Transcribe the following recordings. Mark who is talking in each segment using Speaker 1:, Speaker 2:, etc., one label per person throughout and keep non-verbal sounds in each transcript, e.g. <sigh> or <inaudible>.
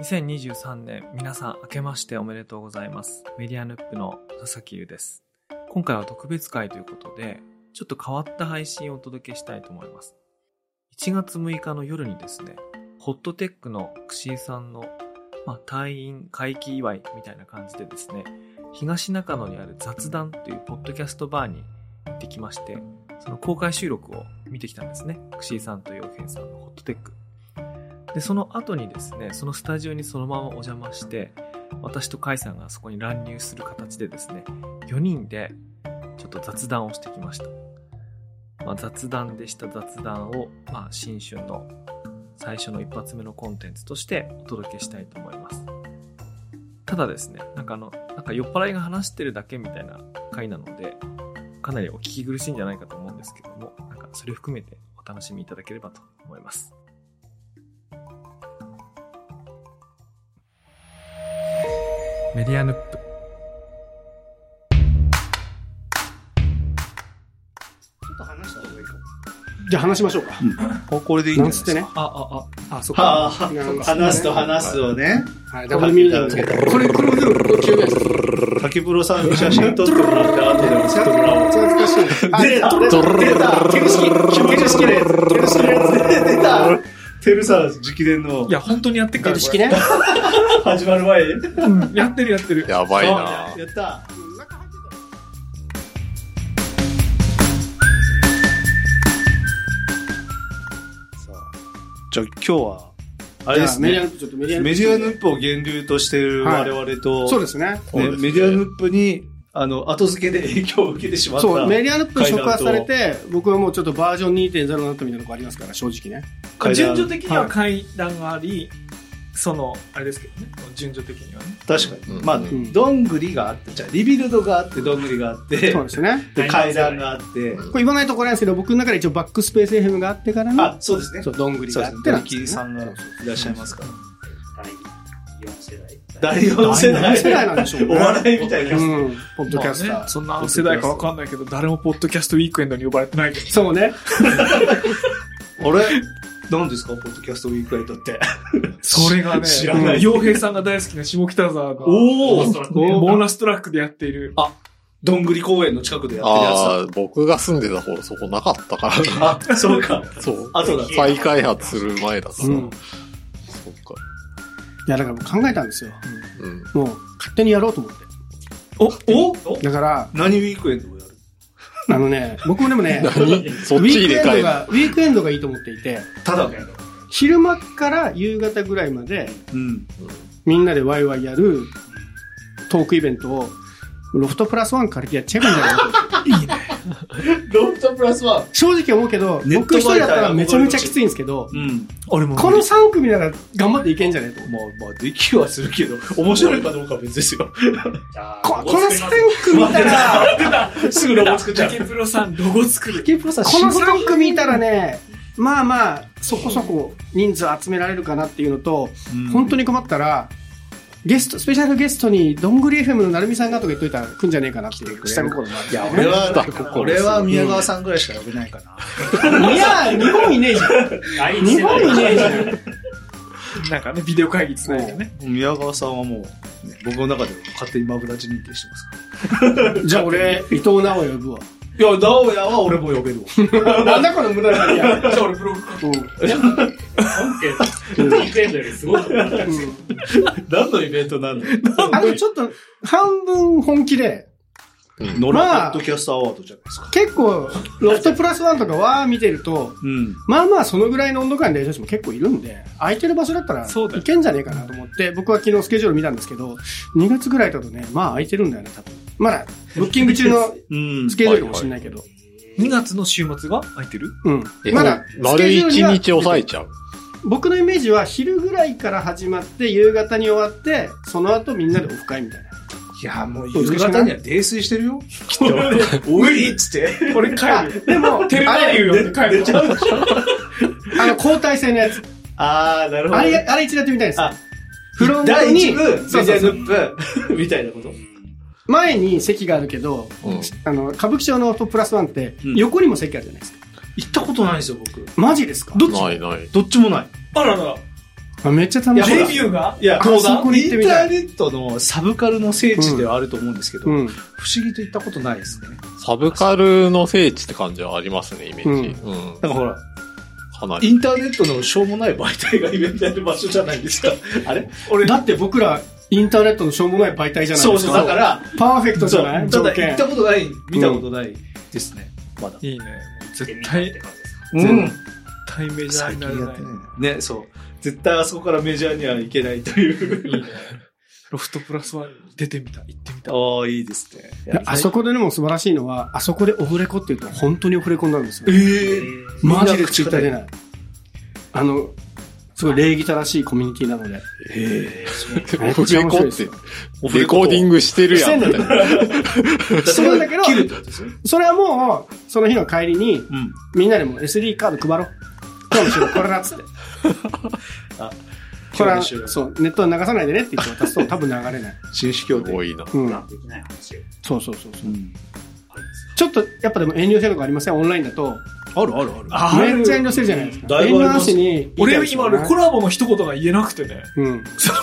Speaker 1: 2023年皆さん明けましておめでとうございます。メディアヌップの佐々木優です。今回は特別会ということで、ちょっと変わった配信をお届けしたいと思います。1月6日の夜にですね、ホットテックのクシーさんの、まあ、退院回帰祝いみたいな感じでですね、東中野にある雑談というポッドキャストバーに行ってきまして、その公開収録を見てきたんですね。クシーさんとヨウヘンさんのホットテック。で、その後にですね、そのスタジオにそのままお邪魔して、私とカイさんがそこに乱入する形でですね、4人でちょっと雑談をしてきました。まあ、雑談でした雑談を、まあ、新春の最初の一発目のコンテンツとしてお届けしたいと思います。ただですね、なんかあの、なんか酔っ払いが話してるだけみたいな回なので、かなりお聞き苦しいんじゃないかと思うんですけども、なんかそれを含めてお楽しみいただければと思います。メディアヌップ。
Speaker 2: ちょっと話した方がいいかも。じゃあ話しましょうか。
Speaker 3: もうこれでいいんじゃなん
Speaker 2: な
Speaker 3: いで
Speaker 2: つ
Speaker 3: す
Speaker 2: っ
Speaker 3: か
Speaker 2: てね。
Speaker 1: あ、あ、あ、あ、そっ
Speaker 3: は
Speaker 1: か。
Speaker 3: あ
Speaker 2: なんか
Speaker 3: 話すと話すをね、
Speaker 2: はい、ダブルミーニングで。これ、これもでも、これ急です。
Speaker 3: 竹風呂さんに写真撮ってもらった後でも
Speaker 2: ちょっと
Speaker 3: もらおう。
Speaker 2: 懐かしい。
Speaker 3: 出た出た手ぐし手ぐしで手ぐしのやつ出たテルさん直伝の
Speaker 1: いや、本当にやってっから。これ
Speaker 2: ね。
Speaker 3: 始まる前に。
Speaker 1: うん、やってるやってる。
Speaker 4: やばいな
Speaker 3: そうやった。じゃあ今日は、あ
Speaker 2: あ
Speaker 3: れです
Speaker 2: メディア
Speaker 3: ね。
Speaker 2: ヌップ、ちょっとメディア
Speaker 3: メディアヌ
Speaker 2: ッ
Speaker 3: ップを源流としてる我々と、
Speaker 2: プ。そうですね。
Speaker 4: そう
Speaker 3: ね
Speaker 4: ですね
Speaker 3: メディアヌップに、あの、後付けで影響を受けてしまった。
Speaker 2: そう、メディアヌップに触発されて、僕はもうちょっとバージョン2.0になったみたいなとこありますから、正直ね。
Speaker 3: 階段
Speaker 1: 順序的には階段があり、その、あれですけどね、順序的にはね。
Speaker 3: 確かに。
Speaker 4: うん
Speaker 3: まあ、
Speaker 2: ん
Speaker 3: どんぐりがあって、じゃあリビルドがあって、どんぐりがあって
Speaker 2: そう、ですね。
Speaker 3: で階段があって、
Speaker 2: これ言わないとこれなんですけど、僕の中で一応バックスペース FM があってから
Speaker 3: あ
Speaker 2: の、、
Speaker 3: そうですね。
Speaker 2: そう、どんぐり
Speaker 3: そう
Speaker 2: が
Speaker 3: です
Speaker 2: あっ
Speaker 3: ね。
Speaker 2: てな
Speaker 3: ド
Speaker 2: ん
Speaker 3: リ
Speaker 2: です
Speaker 3: キー
Speaker 2: よね
Speaker 3: さんがいらっしゃいますから。
Speaker 5: 第
Speaker 3: 第4世代。
Speaker 2: 何世代なんでしょうね
Speaker 3: お笑いみたいな。
Speaker 2: うん、ポッドキャスタ
Speaker 1: まあ
Speaker 2: ー
Speaker 1: ね。そんな世代かわかんないけど、誰もポッドキャストウィークエンドに呼ばれてないけど。
Speaker 2: そうね。
Speaker 3: あれ何ですかポッドキャストウィークエンドって。
Speaker 1: それがね、
Speaker 3: 知らない
Speaker 1: うん洋平さんが大好きな下北沢が、
Speaker 3: おー
Speaker 1: ボーナストラックでやっている、
Speaker 3: どんぐり公園の近くでやってるやつ
Speaker 4: ああ、僕が住んでた方、そこなかったから
Speaker 2: <laughs>
Speaker 3: だ。あ、 <laughs> そうか。
Speaker 4: そう。
Speaker 3: あとだ。
Speaker 4: 再開発する前だから。
Speaker 2: う
Speaker 4: そ
Speaker 2: ん。い
Speaker 4: っか。
Speaker 2: や、だからもう考えたんですよ。
Speaker 4: うん。
Speaker 2: もう、勝手にやろうと思って。
Speaker 3: お、お
Speaker 2: だから、
Speaker 3: 何ウィークエンドをやる
Speaker 2: あのね、僕もでもね、 <laughs>
Speaker 4: 何
Speaker 2: ウ
Speaker 4: そっ
Speaker 2: ィ
Speaker 4: ち
Speaker 2: ー
Speaker 4: 入
Speaker 2: クエ
Speaker 4: れ
Speaker 2: ンド
Speaker 4: 替え
Speaker 2: が、ウィークエンドがいいと思っていて、
Speaker 3: ただね。
Speaker 2: 昼間から夕方ぐらいまで、
Speaker 3: うん。
Speaker 2: みんなでワイワイやるトークイベントを、ロフトプラスワン借りてやっちゃえばいいんじゃない
Speaker 4: <laughs>
Speaker 2: かなと
Speaker 3: ロフトプラスワン。
Speaker 2: 正直思うけど、
Speaker 3: ネット
Speaker 2: 僕一人だったらめちゃめち
Speaker 3: 媒体
Speaker 2: ゃ
Speaker 3: の
Speaker 2: きついんですけど、
Speaker 3: うん。
Speaker 1: 俺も
Speaker 2: この3組なら頑張っていけんじゃねえと思う。
Speaker 3: まあまあ、できはするけど、面白いかどうかは別ですよ。
Speaker 2: ここの3組いたら、
Speaker 3: <laughs> すぐロゴ作っちゃう。
Speaker 1: 竹プロさん、ロゴ作る。
Speaker 2: この3組いたらね、まあまあ、そこそこ人数集められるかなっていうのと、本当に困ったら、ゲスト、スペシャルゲストに、どんぐり FM のなるみさんがとか言っといたら来んじゃねえかなっていう、下心もあって。いや、
Speaker 3: 俺は
Speaker 4: なんか、
Speaker 3: 俺は宮川さんぐらいしか呼べないかな。
Speaker 2: 日本いねえじゃん。日本いねえじゃん。
Speaker 1: なんかね、ビデオ会議つないでね。
Speaker 3: <laughs> 宮川さんはもう、ね僕の中では勝手にマブダチ認定してますか
Speaker 2: じゃあ俺、伊藤直哉呼ぶわ。
Speaker 3: ら。いや、直哉は俺も呼べ <laughs> るわ。
Speaker 2: なんだこの無駄なや。
Speaker 1: じゃあ俺ブログ
Speaker 2: うん。
Speaker 5: 本家、全部よりすごい。
Speaker 3: 何のイベントなの
Speaker 2: あとちょっと、半分本気で、
Speaker 3: ノ
Speaker 2: まあ
Speaker 3: ラポッドキャストアワードじゃないですか。
Speaker 2: 結構、ロフトプラスワンとかは見てると、
Speaker 3: うん。
Speaker 2: まあまあそのぐらいの温度感でやる人も結構いるんで、空いてる場所だったら
Speaker 1: そうだよ
Speaker 2: いけんじゃねえかなと思って、僕は昨日スケジュール見たんですけど、2月ぐらいだとね、まあ空いてるんだよね、多分。まだ、ブッキング中の
Speaker 3: うん
Speaker 2: スケジュールかもしれないけど。
Speaker 1: 2月の週末が空いてる
Speaker 2: うん。
Speaker 4: え
Speaker 2: まだ、ス
Speaker 4: 丸
Speaker 2: ケジュー
Speaker 4: 一
Speaker 2: ルには
Speaker 4: 日抑えちゃう。
Speaker 2: 僕のイメージは昼ぐらいから始まって、夕方に終わって、その後みんなでオフ会みたいな。
Speaker 3: いや、もう
Speaker 2: 夕
Speaker 3: 夕
Speaker 2: 方
Speaker 3: 方
Speaker 2: に
Speaker 3: には泥酔してる <laughs> よ。きっと。おいっつって。
Speaker 1: 俺帰
Speaker 2: あ、
Speaker 1: る。
Speaker 3: <laughs>
Speaker 2: で <laughs> も、
Speaker 1: テレビ
Speaker 2: あれ、
Speaker 1: 言うよって帰る。
Speaker 2: あの、交代制のやつ。
Speaker 3: あー、なる
Speaker 2: あれ、あれ一度やってみたいです
Speaker 3: あ。
Speaker 2: フロント
Speaker 3: 第
Speaker 2: に
Speaker 3: 一部、、
Speaker 2: そ
Speaker 3: メ
Speaker 2: うそ
Speaker 3: デ
Speaker 2: うそ
Speaker 3: ィア
Speaker 2: う
Speaker 3: ヌップ、 <laughs> みたいなこと。
Speaker 2: 前に席があるけど、
Speaker 4: うん。
Speaker 2: あの、歌舞伎町のトッププラスワンって、
Speaker 3: うん
Speaker 2: 横にも席あるじゃないですか。
Speaker 3: 行ったことないんですよ、僕。
Speaker 2: マジですか
Speaker 3: どっち
Speaker 4: ないない。
Speaker 3: どっちもない。
Speaker 1: あらら。
Speaker 2: あめっちゃ楽し
Speaker 3: いや
Speaker 2: い
Speaker 3: レ
Speaker 2: だ
Speaker 3: ビューがいや、
Speaker 2: あ
Speaker 3: 講
Speaker 2: そ
Speaker 3: 談
Speaker 2: こに行
Speaker 3: イ
Speaker 2: っ
Speaker 3: ン
Speaker 2: て
Speaker 3: タ
Speaker 2: みたい
Speaker 3: ーネットのサブカルの聖地ではあると思うんですけど、
Speaker 2: うん。
Speaker 3: 不思議と行ったことないですね。
Speaker 4: サブカルの聖地って感じはありますね、イメージ。うん。
Speaker 3: なんかほら、
Speaker 4: かなり。
Speaker 3: インターネットのしょうもない媒体がイベントやる場所じゃないですか。あ <laughs> れ
Speaker 2: 俺、だって僕ら、インターネットのしょうもない媒体じゃないですか。
Speaker 3: そうそう、だから、
Speaker 2: パーフェクトじ
Speaker 3: そ
Speaker 2: ゃ
Speaker 3: う
Speaker 2: ない
Speaker 3: た
Speaker 2: 条
Speaker 3: だ行
Speaker 2: 件
Speaker 3: った。ことない、見たことないですね。まだ。
Speaker 1: いいね。絶対、絶
Speaker 3: うん。
Speaker 1: 対メジャー
Speaker 3: 最
Speaker 1: に
Speaker 3: 近
Speaker 1: なれ
Speaker 3: やっ
Speaker 1: ない
Speaker 3: て。ない。ね、そう。絶対あそこからメジャーには行けないという。
Speaker 1: ロフトプラスワン出てみた。行ってみた。
Speaker 3: <laughs> ああ、いいですね。
Speaker 2: あそこででも素晴らしいのは、あそこでオフレコっていうと本当にオフレコになるんですよ。
Speaker 3: ええ
Speaker 2: マジで口が出ない。あの、すごい礼儀正しいコミュニティなので。
Speaker 3: え
Speaker 2: めっ
Speaker 4: オフ
Speaker 2: ちゃ
Speaker 4: レ
Speaker 2: 面
Speaker 4: コ
Speaker 2: 白いで
Speaker 4: っ
Speaker 2: す
Speaker 4: て
Speaker 2: よ、
Speaker 4: レコーディングしてるやん、みたいな。
Speaker 3: え
Speaker 2: そうなんだけど
Speaker 3: 切るってことですよね。
Speaker 2: それはもう、その日の帰りに、
Speaker 3: うん。
Speaker 2: みんなでも SD カード配ろう。今日の収録これだっつって。
Speaker 3: あ
Speaker 2: こ
Speaker 3: 今日
Speaker 2: れは、
Speaker 3: の収録
Speaker 2: そう、ネットに流さないでねって言って渡すと多分流れない。
Speaker 3: 紳士
Speaker 4: す
Speaker 3: 協定。
Speaker 4: ごいな。
Speaker 2: うん。
Speaker 5: なんてできない話を
Speaker 2: そうそうそうそう。
Speaker 3: うん
Speaker 2: ちょっと、やっぱでも遠慮してるとこありませんオンラインだと。
Speaker 3: あるあるある。
Speaker 2: めっちゃ遠慮してるじゃないですか。
Speaker 3: だい
Speaker 2: 遠
Speaker 3: ぶあり
Speaker 2: 慮な
Speaker 3: ます
Speaker 2: しに。
Speaker 1: 俺今
Speaker 2: ね
Speaker 1: コラボの一言が言えなくてね。 <laughs>
Speaker 2: うん。
Speaker 3: それ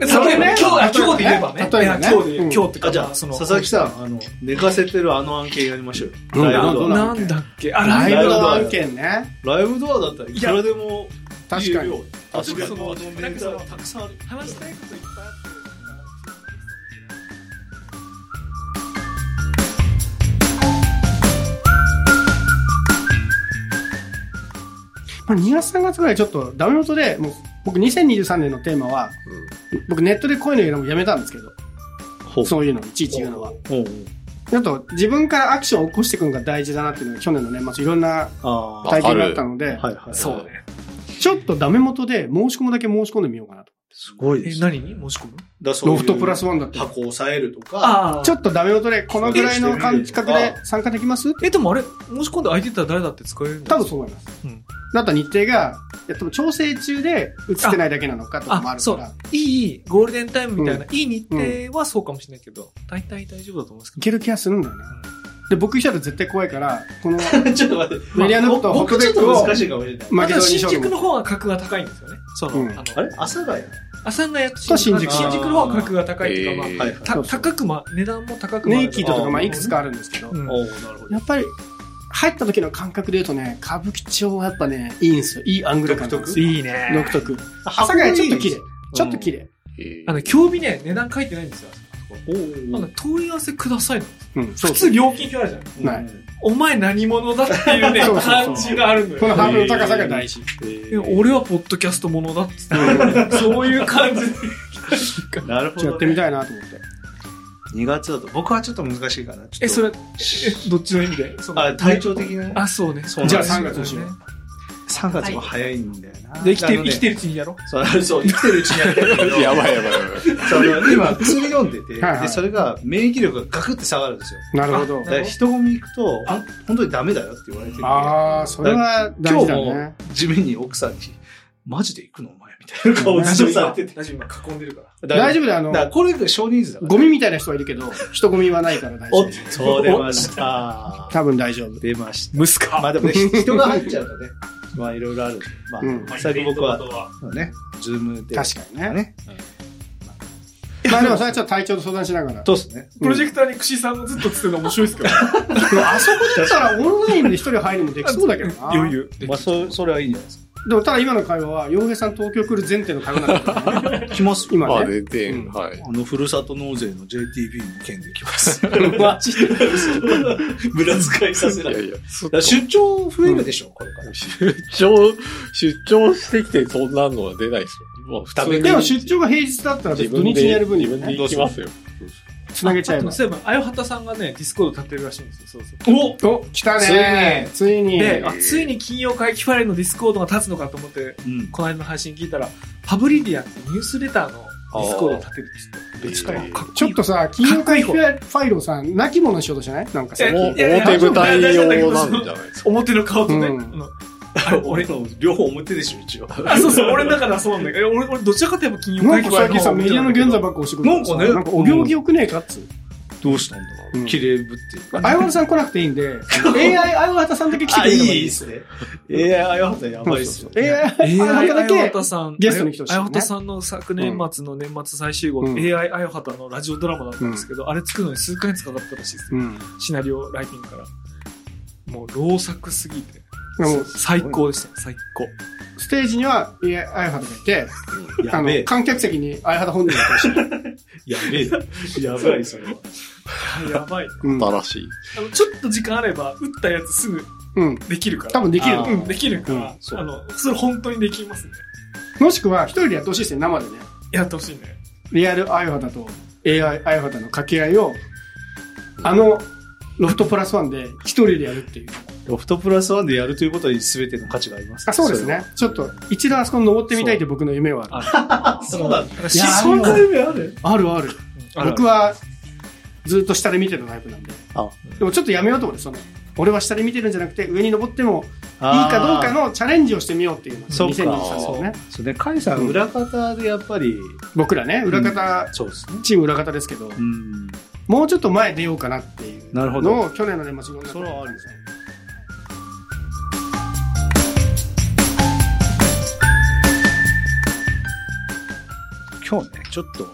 Speaker 1: 例え
Speaker 2: そ
Speaker 1: ば
Speaker 2: れね
Speaker 1: 今日、あ今日で言えばね。
Speaker 2: 例えばね
Speaker 1: いや今日で言え
Speaker 2: うん
Speaker 1: ば、今日ってか、
Speaker 3: あじ
Speaker 1: じ
Speaker 3: ゃ
Speaker 1: ゃ
Speaker 3: あ
Speaker 1: あ、その、
Speaker 3: 佐々木さんあの寝かせてるあの案件やりましょうよ
Speaker 2: うん
Speaker 3: ライブ
Speaker 2: ど
Speaker 3: ド
Speaker 2: う
Speaker 3: ア
Speaker 1: なんだっけあ、
Speaker 2: ラ
Speaker 1: ラ
Speaker 2: イ
Speaker 1: イ
Speaker 2: ブ
Speaker 1: ブ
Speaker 2: の
Speaker 1: だ。
Speaker 2: 案件ね。
Speaker 3: ライブドアだったらいくらでも
Speaker 2: 確かに。
Speaker 3: 確かに
Speaker 1: そのなんかその
Speaker 3: たくさんある
Speaker 1: 話したいこといっぱいあって。
Speaker 2: まあ、2月3月ぐらいちょっとダメ元で、もう僕2023年のテーマは、僕ネットでこういうの言うのもやめたんですけど、
Speaker 3: ほう
Speaker 2: そういうの、いちいち言うのは。
Speaker 3: ほう
Speaker 2: ちょっと自分からアクションを起こしていくのが大事だなっていうのが去年の年末いろんな
Speaker 3: ああ
Speaker 2: 体験があったので、
Speaker 3: はいはい
Speaker 1: そうね。
Speaker 2: ちょっとダメ元で申し込むだけ申し込んでみようかなと。
Speaker 3: すごいで
Speaker 1: え、
Speaker 3: す
Speaker 1: 何に申し込む
Speaker 3: だそうい
Speaker 2: ロ
Speaker 3: う
Speaker 2: フトプラスワンだって。
Speaker 3: 箱を押さえるとか
Speaker 1: あ
Speaker 2: ちょ
Speaker 1: っと。
Speaker 2: っとダメ元でこのぐらいの感覚で参加できます
Speaker 1: え、でもあれ、申し込んで空いてたら誰だって使えるの
Speaker 2: 多分そう思います。
Speaker 1: うん
Speaker 2: だったら日程が、いや多分調整中で映ってないだけなのかとかもあるか
Speaker 1: そう
Speaker 2: ら、。
Speaker 1: いいいい、ゴールデンタイムみたいな、いい日程はそうかもしれないけど、大体大丈夫だと思うんです
Speaker 2: い
Speaker 1: け
Speaker 2: ける気がするんだよね。で、僕一人だと絶対怖いから、
Speaker 3: <laughs>
Speaker 2: この、
Speaker 3: ちょっと待って
Speaker 2: メディアノット
Speaker 3: 僕
Speaker 2: ホット
Speaker 3: 僕ちょ
Speaker 2: テッ
Speaker 3: っと
Speaker 2: クを
Speaker 3: 難しいかもしれない
Speaker 1: ど。
Speaker 2: 負け
Speaker 1: ただ
Speaker 2: そうにし
Speaker 1: 新
Speaker 2: ようと
Speaker 1: 宿
Speaker 2: 思
Speaker 1: の
Speaker 2: う。
Speaker 1: 方が格が高いんですよね。その、
Speaker 2: うん
Speaker 1: あ
Speaker 3: あ
Speaker 1: の、
Speaker 3: れ朝がや
Speaker 1: 阿佐ヶ谷と新宿
Speaker 2: と新宿
Speaker 1: 新宿の方が格が高いっていうか、まあ、
Speaker 4: えー
Speaker 3: はい
Speaker 2: そ
Speaker 1: た
Speaker 2: うそう
Speaker 1: 高くま、値段も高く
Speaker 2: ネイキッドとか、まあ、いくつ
Speaker 1: か。
Speaker 2: かあるんですけど、
Speaker 1: うん
Speaker 3: おおなるほど
Speaker 2: やっぱり、入った時の感覚で言うとね、歌舞伎町はやっぱね、いいんですよ。いいアングル感なんですよ。
Speaker 1: いいね。
Speaker 2: 独特。朝からちょっと綺麗。ちょっと綺
Speaker 3: 麗
Speaker 2: 麗。
Speaker 4: え
Speaker 1: あ
Speaker 4: ー
Speaker 1: の、競技ね、値段書いてないんですよ。
Speaker 3: おー
Speaker 1: なんか問い合わせくださいの。
Speaker 2: うん、そ
Speaker 1: 普
Speaker 2: うそ
Speaker 1: 通
Speaker 2: う
Speaker 1: 料金表あるじゃん。
Speaker 3: うん
Speaker 2: ない
Speaker 1: お前何者だっていうね、
Speaker 2: そうそうそう
Speaker 1: 感じがあるの
Speaker 2: この
Speaker 1: よ。
Speaker 2: ハードルの高さが大事。
Speaker 3: え
Speaker 1: え
Speaker 3: ー
Speaker 1: 俺はポッドキャストものだっつって、そういう感じで。
Speaker 3: なるほどね
Speaker 2: やってみたいなと思って。
Speaker 3: 2月だと僕はちょっと難しいかな
Speaker 1: え、そ
Speaker 3: れ
Speaker 1: れ、えどっちの意味でその
Speaker 3: あ体調的な
Speaker 1: あ、そうね。
Speaker 3: そうなん
Speaker 2: じゃあ
Speaker 3: ですよ
Speaker 2: 3月にしよう。
Speaker 3: 3月も早いんだよな
Speaker 1: で、生きて、
Speaker 3: あの
Speaker 1: 生
Speaker 3: ね
Speaker 1: きてるうちにやろう。
Speaker 3: そう、そう、生きてるうちにやって
Speaker 4: <laughs>
Speaker 3: るんだけど
Speaker 4: やばいやばいや
Speaker 3: その今、薬飲んでて、
Speaker 2: はいはい
Speaker 3: で、それが免疫力がガクって下がるんですよ。
Speaker 2: なるほど
Speaker 1: あ。
Speaker 3: だから人混み行くと、ほん本当にダメだよって言われてて、
Speaker 2: ああ、それは大
Speaker 3: 今日
Speaker 2: 事だ
Speaker 3: も
Speaker 2: ね。
Speaker 3: 地面に奥さんに、マジで行くのお前みたいな顔ずっとされてて。
Speaker 1: 大丈夫、今囲んでるから。
Speaker 2: 大丈
Speaker 3: 夫
Speaker 2: 夫だよ、あ
Speaker 3: だから
Speaker 2: の、
Speaker 3: これが少人数だから。
Speaker 2: ゴミみたいな人はいるけど、人ゴミはないから大
Speaker 3: お
Speaker 2: 丈
Speaker 3: っ
Speaker 2: 夫。
Speaker 3: と、出ました。
Speaker 2: 多分大丈夫。
Speaker 3: 出ました。
Speaker 1: ムスか。
Speaker 3: まあでもね、人が入っちゃうとね、まあいろいろあるんで、まあ、
Speaker 2: うん
Speaker 3: 最近僕は
Speaker 5: イベントごと
Speaker 3: ね、ズームで。
Speaker 2: 確かにね。
Speaker 3: ね。
Speaker 2: まあでもそれはちょっと体調と相談しながら。
Speaker 3: そうっすね。
Speaker 1: プロジェクターに串さんがずっとつってるの面白いっすけど。
Speaker 2: あそこだったらオンラインで一人入るのできそうだけど
Speaker 3: <laughs>
Speaker 2: な。
Speaker 1: 余裕。
Speaker 3: まあ、そそれはいいんじゃないです
Speaker 2: でもただ今の会話は、洋平さん東京来る前提の会話なんだからね。
Speaker 3: か。来ます
Speaker 2: 今
Speaker 4: まあ、
Speaker 2: ね。
Speaker 4: 全然、
Speaker 2: うん
Speaker 4: はい。
Speaker 3: あの、ふるさと納税の JTB の件できます。 <laughs> マジで。無駄遣いさせ
Speaker 4: いやいや、
Speaker 3: だから出張増えるでしょ、これから。
Speaker 4: 出張、出張してきてそんなのは出ないですよ。まあ、普通に
Speaker 2: でも出張が平日だったら別に土日にやる分には
Speaker 4: 自分で
Speaker 2: ね、
Speaker 4: 行きますよ。
Speaker 2: つなげちゃえ
Speaker 1: あと
Speaker 2: ば。
Speaker 1: そういえば、あよはたさんがね、ディスコード立ってるらしいんですよ。そうそう。
Speaker 3: お
Speaker 2: お、来たねついに。
Speaker 1: で、あついに金曜会期ファレルのディスコードが立つのかと思って、
Speaker 3: うん。
Speaker 1: この間の配信聞いたら、パブリディアってニュースレターのディスコード立てるって言って
Speaker 4: あー
Speaker 1: かっこいい
Speaker 2: ちょっとさ、金曜会ファイルをさ、亡き者にしようとしないなんかさ
Speaker 1: え。
Speaker 4: もう
Speaker 1: いやいや
Speaker 4: 表舞台用なんじゃないですか。
Speaker 1: 表の顔とね、
Speaker 2: うん
Speaker 1: あの
Speaker 3: 俺の両方表でしょ、一応。
Speaker 1: あ、そうそう、俺の中ではそうなんだけど、俺、俺、どちらかといえば金曜
Speaker 2: な
Speaker 1: 会
Speaker 2: ん
Speaker 1: 期
Speaker 2: か
Speaker 1: ファ
Speaker 2: さっ
Speaker 1: イル
Speaker 2: きさ、メディアの現在
Speaker 1: ば
Speaker 2: ばっか押してくるら
Speaker 3: な
Speaker 2: さ
Speaker 3: んかね
Speaker 2: なんかお行儀よくねえかっつう。
Speaker 3: どうしたんだ
Speaker 2: うん
Speaker 4: 綺麗ぶって。
Speaker 2: 相原さん来なくてい <laughs> いんで、AI 相原さんだけ来てく
Speaker 3: あ、い
Speaker 2: れればい
Speaker 3: い
Speaker 2: い
Speaker 3: で
Speaker 2: です。
Speaker 3: すね。ええ、あやはたやばいっすよ。
Speaker 2: AI
Speaker 1: え
Speaker 2: 相原だけ、
Speaker 1: さん
Speaker 2: ゲストに来てほしいね
Speaker 1: あやはたさんの昨年末の年末最終号、
Speaker 2: うん
Speaker 1: AI あやはたのラジオドラマだったんですけど、あれ作るのに数ヶ月かかったらしいですよ、
Speaker 2: うん。
Speaker 1: シナリオライティングから。もう、老作すぎて。
Speaker 2: でも
Speaker 1: 最高でした、最
Speaker 2: <laughs>
Speaker 1: 高。
Speaker 2: ステージには AI 相原がいて、あ
Speaker 3: やべ
Speaker 2: の、
Speaker 3: え、
Speaker 2: 観客席に相原本人がいてほしい。
Speaker 3: やべえ。やばい、それは。
Speaker 1: やばい。
Speaker 2: うん。
Speaker 4: 新しい。
Speaker 1: あの、ちょっと時間あれば、打ったやつすぐ
Speaker 2: うん。
Speaker 1: できるから。
Speaker 2: 多分できる
Speaker 3: あ。ー
Speaker 1: うん、できるか
Speaker 2: う
Speaker 1: ら、
Speaker 3: そう
Speaker 1: あの、それ本当にできますね。
Speaker 2: もしくは、一人でやってほしいですね、生でね。
Speaker 1: やってほしいね。
Speaker 2: リアルアイハタと AI アイハタの掛け合いを、あの、ロフトプラスワンで一人でやるっていう。
Speaker 3: ロフトプラスワンでやるということに全ての価値があります。
Speaker 2: あ、そうですね。ちょっと、一度あそこに登ってみたいって僕の夢はある。
Speaker 3: あ。そうなん
Speaker 1: だか
Speaker 3: だ。
Speaker 1: ら
Speaker 2: いや
Speaker 1: し
Speaker 2: ー
Speaker 1: そんな
Speaker 2: あ
Speaker 3: 夢ある
Speaker 2: あるある。
Speaker 1: あ
Speaker 2: 僕
Speaker 1: は、
Speaker 2: は、ずっと下で見てたタイプなんで。
Speaker 4: あ
Speaker 2: でもちょっとやめようと思って、その、俺は下で見てるんじゃなくて、上に登ってもいいかどうかのチャレンジをしてみようっていうのが、
Speaker 3: そうか
Speaker 2: 2023年のね。
Speaker 3: そうね、カイさん、裏方でやっぱり、
Speaker 2: 僕らね、裏方、
Speaker 3: そうですね。
Speaker 2: チーム裏方ですけど、
Speaker 3: うん。
Speaker 2: もうちょっと前出ようかなっていう
Speaker 3: なるほど
Speaker 2: のを去年の年末に
Speaker 3: それはありで
Speaker 2: ですす
Speaker 3: ね
Speaker 2: ね。
Speaker 3: 今日ね、ちょっと、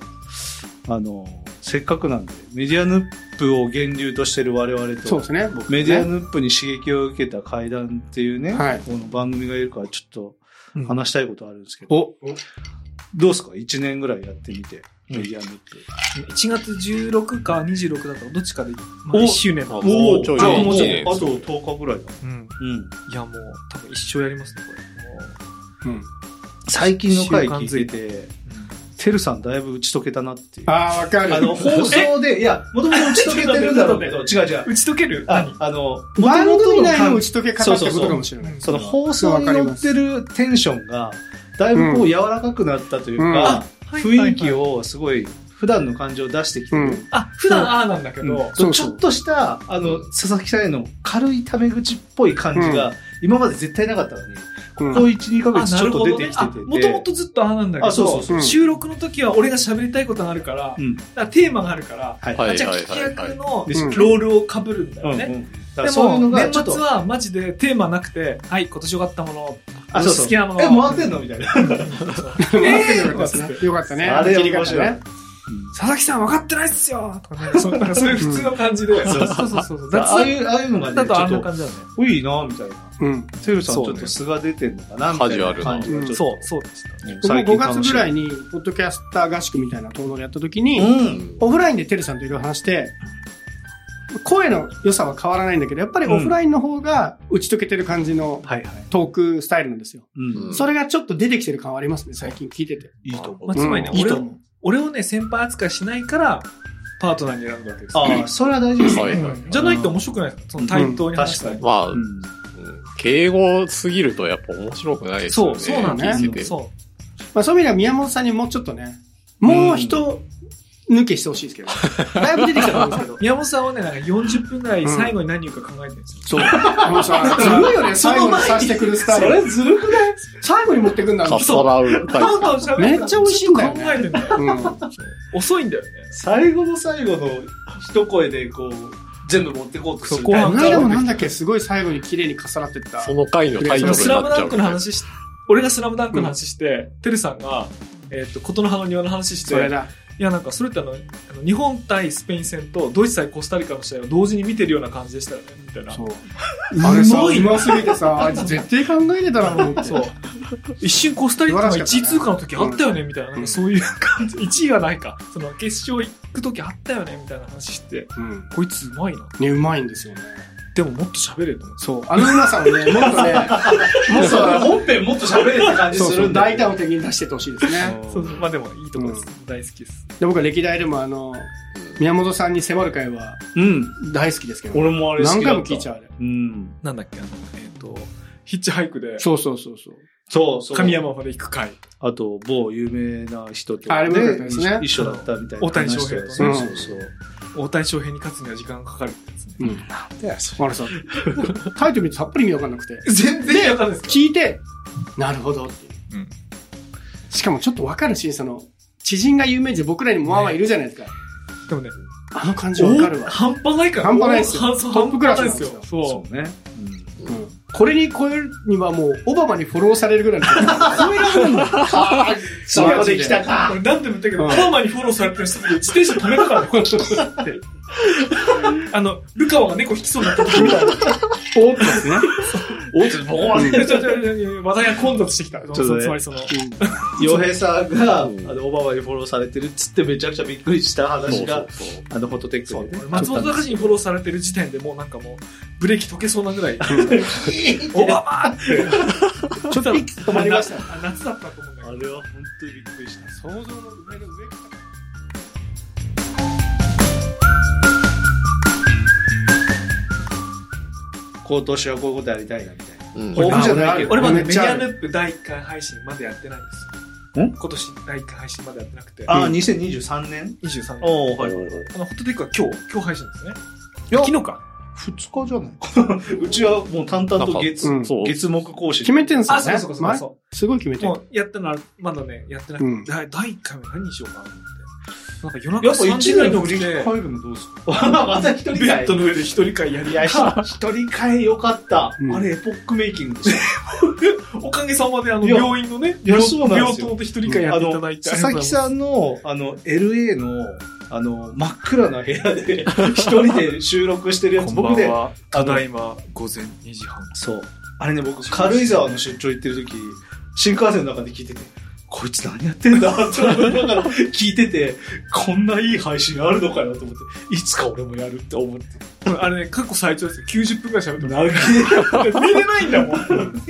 Speaker 3: あの、せっかくなんで、メディアヌップを源流としてる我々
Speaker 2: そ
Speaker 3: と
Speaker 2: うで、すね、僕
Speaker 3: メディアヌップに刺激を受けた会談っていうね、
Speaker 2: はい
Speaker 3: この番組がいるからちょっと
Speaker 1: うん
Speaker 3: 話したいことあるんですけど、
Speaker 2: お、
Speaker 3: どうですか ?1 年ぐらいやってみて、メディアヌップ。
Speaker 1: 1月16か26だったらどっちかで、まあ、
Speaker 3: お
Speaker 1: 1周年
Speaker 4: あ
Speaker 1: の。
Speaker 4: もうちょい
Speaker 3: あもうちょ
Speaker 4: いい
Speaker 3: い
Speaker 4: ね
Speaker 3: あと10日ぐらいだ。
Speaker 1: うん。
Speaker 3: うん。
Speaker 1: いや、もう、多分一生やりますね、これ。もう
Speaker 2: うん、
Speaker 3: 最近の回聞
Speaker 1: 習
Speaker 3: い
Speaker 1: 慣
Speaker 3: てて、てるさんだいぶ打ち解けたなっていう。
Speaker 2: ああ、わかる。
Speaker 3: あの、 <laughs> 放送で、いや、もともと打ち解けてるんだろうけど、 <laughs> 違う違う。
Speaker 1: 打ち解ける
Speaker 3: ああの、
Speaker 2: 番組
Speaker 3: 元々
Speaker 2: 内の
Speaker 3: の
Speaker 2: 打ち解け方ってことかもしれない。
Speaker 1: そう
Speaker 3: その放送に乗ってるテンションが、だいぶこう柔らかくなったという
Speaker 2: うん
Speaker 3: か、
Speaker 1: はい
Speaker 3: 雰囲気をすごい普段の感情を出してきて
Speaker 2: う
Speaker 3: る。
Speaker 2: ん。
Speaker 1: あ、普段ああなんだけ
Speaker 3: うん
Speaker 1: ど、
Speaker 2: そう
Speaker 3: ち
Speaker 2: そ
Speaker 3: ょ
Speaker 2: う
Speaker 3: っとした、あの、佐々木さんへの軽いタメ口っぽい感じが、今まで絶対なかったのに、
Speaker 2: うん
Speaker 3: ここ1、2ヶ
Speaker 1: あ、
Speaker 3: 月
Speaker 1: な
Speaker 3: ちょ
Speaker 1: る
Speaker 3: っと
Speaker 1: ほ
Speaker 3: 出
Speaker 1: ど
Speaker 3: て
Speaker 1: ね
Speaker 3: き。て
Speaker 1: あ
Speaker 3: て。
Speaker 1: もともとずっとああなんだけど、
Speaker 3: あそうそう
Speaker 2: そう
Speaker 1: 収録の時は俺が喋りたいことがあるから、だか
Speaker 3: うん。
Speaker 1: らテーマがあるから、
Speaker 3: はい。
Speaker 4: はい
Speaker 1: じゃあ聞き役の
Speaker 3: です
Speaker 2: う
Speaker 3: よ
Speaker 2: ん
Speaker 3: ね。
Speaker 1: ロールを被るんだよね。
Speaker 3: うんうんだ
Speaker 1: で
Speaker 3: からそういうの
Speaker 1: も、
Speaker 3: が
Speaker 1: 年
Speaker 3: ちょっと
Speaker 1: 末はマジでテーマなくて、はい、今年良かったもの、
Speaker 3: あ、そうそう。
Speaker 1: 好きなもの。
Speaker 3: え、回ってんのみたいな。
Speaker 2: よかったですね。よかったね。
Speaker 3: あれ
Speaker 2: 切り方ね。
Speaker 1: 佐々木さん分かってないっすよとかね、そうなんかそういう普通の感じで。そうそうそうそう。
Speaker 3: ああいうう、ああいうのがね、
Speaker 1: だとあん
Speaker 3: ちょ
Speaker 1: な
Speaker 3: っと
Speaker 1: 感じだよね。
Speaker 3: おいいな、みたいな。
Speaker 2: うん。
Speaker 3: てるさん、
Speaker 4: そう
Speaker 3: ち
Speaker 4: ね
Speaker 3: ょっと素が出てんのかなみたいな感じがちょっと。
Speaker 1: そう、そうでした。
Speaker 3: うん。
Speaker 2: 僕も5月ぐら
Speaker 3: い。
Speaker 2: いに、ポッドキャスター合宿みたいな討論をやった時に、
Speaker 3: うん。
Speaker 2: オフラインでてるさんといろいろ話して、声の良さは変わらないんだけど、やっぱりオフラインの方が打ち解けてる感じの
Speaker 3: はいはい。
Speaker 2: トークスタイルなんですよ。
Speaker 3: うん。
Speaker 4: ん
Speaker 2: それがちょっと出てきてる感はありますね、最近聞いてて。
Speaker 3: いいと思う。
Speaker 1: まあ、つまりね、
Speaker 2: うんいい
Speaker 1: 俺
Speaker 2: と
Speaker 1: を
Speaker 2: 思う
Speaker 1: 俺をね、先輩扱いしないから、パートナーに選んだわけですよ。
Speaker 3: ああ、それは大事ですね。
Speaker 4: はい
Speaker 1: うんじゃないと面白くないですかその対等に話した
Speaker 3: う
Speaker 1: り
Speaker 3: ん。
Speaker 4: まあ、うん
Speaker 3: ん。
Speaker 4: 敬語すぎるとやっぱ面白くないですよね。
Speaker 1: そうそうなん
Speaker 2: だよね
Speaker 4: 聞いてて
Speaker 1: そ
Speaker 2: まあ、そういう意味では宮本さんにもうちょっとね、もう人抜けしてほしいですけど、だいぶ出てきたと思うんですけど
Speaker 1: <laughs> う。。宮本さんはね、なんか40分ぐらい最後に何言うか考えてるんですよ。
Speaker 2: そう。ずるいよね、最後にさしてくるスタイル。
Speaker 1: ずるくない
Speaker 2: 最後に持ってくんだ
Speaker 4: かっさらうタイ
Speaker 1: パンパン喋る
Speaker 2: めっちゃ美味しいんだよね
Speaker 1: ずっと考えてんだよ。
Speaker 2: うん
Speaker 1: 遅いんだよね。
Speaker 3: 最後の最後の一声で、こう、全部持ってこうとする。
Speaker 1: そこは
Speaker 2: この間もなんだっけ、すごい最後に綺麗に重なってった。
Speaker 4: その回のタイ
Speaker 1: その
Speaker 4: トルに
Speaker 1: スラム
Speaker 4: なっ
Speaker 1: ダ
Speaker 4: ちゃ
Speaker 1: ン
Speaker 4: う
Speaker 1: クの話し、俺がスラムダンクの話して、てるさんが、えっと、琴の葉の庭の話して、
Speaker 2: それだ。
Speaker 1: いや、なんか、それってあの、あの日本対スペイン戦とドイツ対コスタリカの試合を同時に見てるような感じでしたよね、みたいな。
Speaker 2: そう。あれさ、
Speaker 1: うまいう
Speaker 2: ますぎてさ、あいつ絶対考えてたなと思って。
Speaker 1: そう。一瞬コスタリカが1位通過の時あったよね、みたいな。なんかそういう感じ。1位がないか。その決勝行く時あったよね、みたいな話して。
Speaker 2: うん。
Speaker 1: こいつうまいな。
Speaker 2: ね、うまいんですよね。
Speaker 1: でももっと喋れると思う。
Speaker 2: そう。あのうまさをね、もっとね、もっと、
Speaker 3: 本編もっと喋れって感じ
Speaker 2: そう
Speaker 3: す
Speaker 2: そ
Speaker 3: る
Speaker 2: う、
Speaker 3: んだ
Speaker 2: 大胆を的に出してってほしいですね。
Speaker 1: そうそう。まあでもいいとこです。大好きです。
Speaker 2: で僕は歴代でもあの、宮本さんに迫る会は
Speaker 3: うん。
Speaker 2: 大好きですけど、
Speaker 3: 俺もあれ好
Speaker 2: 何
Speaker 3: きだっ
Speaker 2: 回
Speaker 3: た。
Speaker 2: も聞いちゃうあれ。
Speaker 3: うん。
Speaker 1: なんだっけ、あの、えっ、と、ヒッチハイクで、
Speaker 2: そうそうそうそう。
Speaker 3: そうそう。
Speaker 1: 神。山まで行く回。
Speaker 3: あと、某有名な人と、
Speaker 2: あれも良かったですね
Speaker 3: 一緒だったみたいな話と。
Speaker 1: 大谷翔平とね
Speaker 3: そうそうそう。
Speaker 1: 大谷翔平に勝つには時間がかかるってやつね。
Speaker 2: うん。
Speaker 3: なんだよ、そ
Speaker 2: あれさ、タイトル見てさっぱり見わかんなくて。
Speaker 1: 全然やったんないですか
Speaker 2: 聞いて、なるほどって
Speaker 1: う
Speaker 2: いう。
Speaker 1: ん
Speaker 2: しかもちょっとわかるし、その、知人が有名人で僕らにもまあまあいるじゃないですか。
Speaker 1: でもね、
Speaker 2: あの感じわかる
Speaker 1: お
Speaker 2: わ。
Speaker 1: 半端ないから。
Speaker 2: 半端ないですよ
Speaker 1: 半
Speaker 2: トップクラス
Speaker 1: 半
Speaker 2: なん
Speaker 1: 端
Speaker 2: です
Speaker 1: な
Speaker 2: よ
Speaker 1: いですよ。
Speaker 3: そ
Speaker 1: そう
Speaker 3: ね。
Speaker 2: うんこれに超えるにはもう、オバマにフォローされるぐらいの。超えられるんだ。そこで来た
Speaker 1: う。
Speaker 2: か。
Speaker 1: 俺何でも言ったけど、
Speaker 2: うん
Speaker 1: パーマにフォローされてる人自転車止めたからね、こうやってあの、ルカワが猫引きそうになった時みたいな。
Speaker 2: おっとですね。
Speaker 4: おつ
Speaker 1: ち
Speaker 4: ぼー
Speaker 1: ょ
Speaker 4: って。
Speaker 1: ちょちょ話題が混雑してきた。
Speaker 3: ょっとね
Speaker 1: そつまりその、
Speaker 3: 洋平さんが、あ
Speaker 4: うん
Speaker 3: の、オバマにフォローされてるっつってめちゃくちゃびっくりした話が、
Speaker 4: そうそう
Speaker 3: あの、フォトテック
Speaker 1: そう
Speaker 3: でね。
Speaker 1: 松本隆にフォローされてる時点でもうなんかもう、ブレーキ溶けそうなぐらい、 <laughs> オバマって。 <laughs> ちょっと止
Speaker 2: まりました
Speaker 1: 夏だったと思うんだけど
Speaker 3: あ。れは本当にびっくりした。
Speaker 2: 想像の上の上
Speaker 3: 今年はこういうことやりたいな、みたいな。
Speaker 4: そう。うん
Speaker 2: これ
Speaker 3: 豊富じゃ
Speaker 2: あ
Speaker 3: ないけ
Speaker 2: 俺
Speaker 3: ど
Speaker 1: 俺。まだ
Speaker 2: め
Speaker 1: メ
Speaker 2: っ
Speaker 1: デ
Speaker 2: ちゃ
Speaker 1: ィ
Speaker 2: あ
Speaker 1: ア
Speaker 2: る
Speaker 1: ループ第1回配信までやってないんですよ。
Speaker 3: ん
Speaker 1: 今年第1回配信までやってなくて、
Speaker 3: ああ、2023年
Speaker 1: 23年。
Speaker 3: おお
Speaker 4: はい
Speaker 3: い。
Speaker 4: はいはい
Speaker 1: このホットテックは今日、今日配信ですね。
Speaker 3: いや
Speaker 1: 昨日か。
Speaker 3: 2日じゃないうちはもう淡々と月、
Speaker 2: うん
Speaker 4: そう。
Speaker 3: 月木更新。
Speaker 2: 決めてんすよ
Speaker 1: あ、
Speaker 2: ね。
Speaker 1: そうそうそうそ
Speaker 2: すごい決め
Speaker 1: う。
Speaker 2: て
Speaker 1: も
Speaker 2: る。
Speaker 1: うやったのはまだね、やってな
Speaker 2: う
Speaker 1: く
Speaker 2: ん
Speaker 1: て、だ第1回目何にしようかなと思って。なんか
Speaker 3: や
Speaker 1: 夜
Speaker 3: っぱ
Speaker 1: 中
Speaker 3: 1
Speaker 1: 3時
Speaker 3: 年
Speaker 1: ぐらい
Speaker 3: の
Speaker 1: の
Speaker 3: 売
Speaker 1: 売
Speaker 3: り
Speaker 1: り
Speaker 3: で
Speaker 1: で、
Speaker 3: 入るのどうす <laughs> かまた一人
Speaker 1: ベ
Speaker 3: 会
Speaker 1: ッドの上で一人会やり
Speaker 3: い
Speaker 1: 合
Speaker 3: や、 <laughs>
Speaker 1: い
Speaker 3: ひ一人会よかった。
Speaker 2: うん
Speaker 3: あれ、エポックメイキングですよ。
Speaker 1: おかげさまであの、
Speaker 3: いや
Speaker 1: 病院のね、
Speaker 3: いや
Speaker 1: 病
Speaker 3: そうなんですよ
Speaker 1: 棟で一人会やっていただいて。
Speaker 3: 佐々木さんの、あの、LA の、あの、真っ暗な部屋で、一人で収録してるやつ、僕ね、
Speaker 1: は、
Speaker 3: ただい
Speaker 1: ま午前2時半。
Speaker 3: そう。あれね、僕、軽井沢の出張行ってる時、新幹線の中で聞いてて、こいつ何やってんだって思いながら聞いてて、こんないい配信あるのかなと思って、いつか俺もやるって思って。
Speaker 1: あれね、過去最長ですよ。90分ぐらい喋ってる。寝れないんだもん。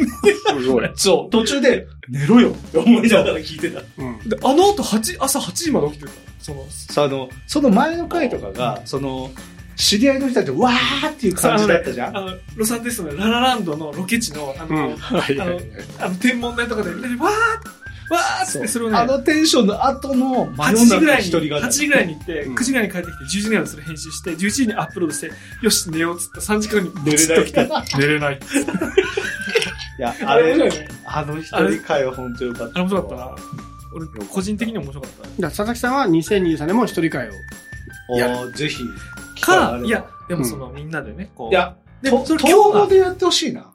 Speaker 4: すごい。
Speaker 3: そう、途中で、寝ろよって思いながら聞いてた。
Speaker 2: うん
Speaker 1: であの後8、朝8時まで起きてた。その、
Speaker 3: その、その前の回とかが、その、知り合いの人たちでわーっていう感じだったじゃん。
Speaker 1: あの、ロサンゼルスのララランドのロケ地の、あの、
Speaker 2: うん
Speaker 4: はいはいはい。
Speaker 1: あの天文台とかで、みんなでわーわーっつって、それをね、
Speaker 3: あのテンションの後の
Speaker 1: 8
Speaker 3: 真夜
Speaker 1: 時
Speaker 3: 中
Speaker 1: ぐ
Speaker 3: の
Speaker 1: らい
Speaker 3: 一
Speaker 1: に、
Speaker 3: 人が
Speaker 1: 8時ぐらいに行って、
Speaker 2: うん
Speaker 1: 9時ぐらいに帰ってきて、10時ぐらいにそれ編集して、11時にアップロードして、よし、寝ようっつって、3時間に
Speaker 3: 寝れない
Speaker 1: ブチッと来て。寝れない。
Speaker 3: いや、あ
Speaker 1: あれ面白
Speaker 3: れ、
Speaker 1: いね。
Speaker 3: あの一人会は本当よかっ
Speaker 1: あ
Speaker 3: た。
Speaker 1: れ面白かったな。俺、個人的にも面白かっ
Speaker 2: だから佐々木さんは2023年も一人会を。
Speaker 3: おーぜひ。
Speaker 1: た。か、いや、でも
Speaker 2: うん
Speaker 1: その、みんなでね、こう。
Speaker 3: いや、
Speaker 1: で
Speaker 3: と
Speaker 1: も、それ
Speaker 3: 統
Speaker 1: 今
Speaker 3: 合
Speaker 1: 日が、
Speaker 3: でやってほしいな。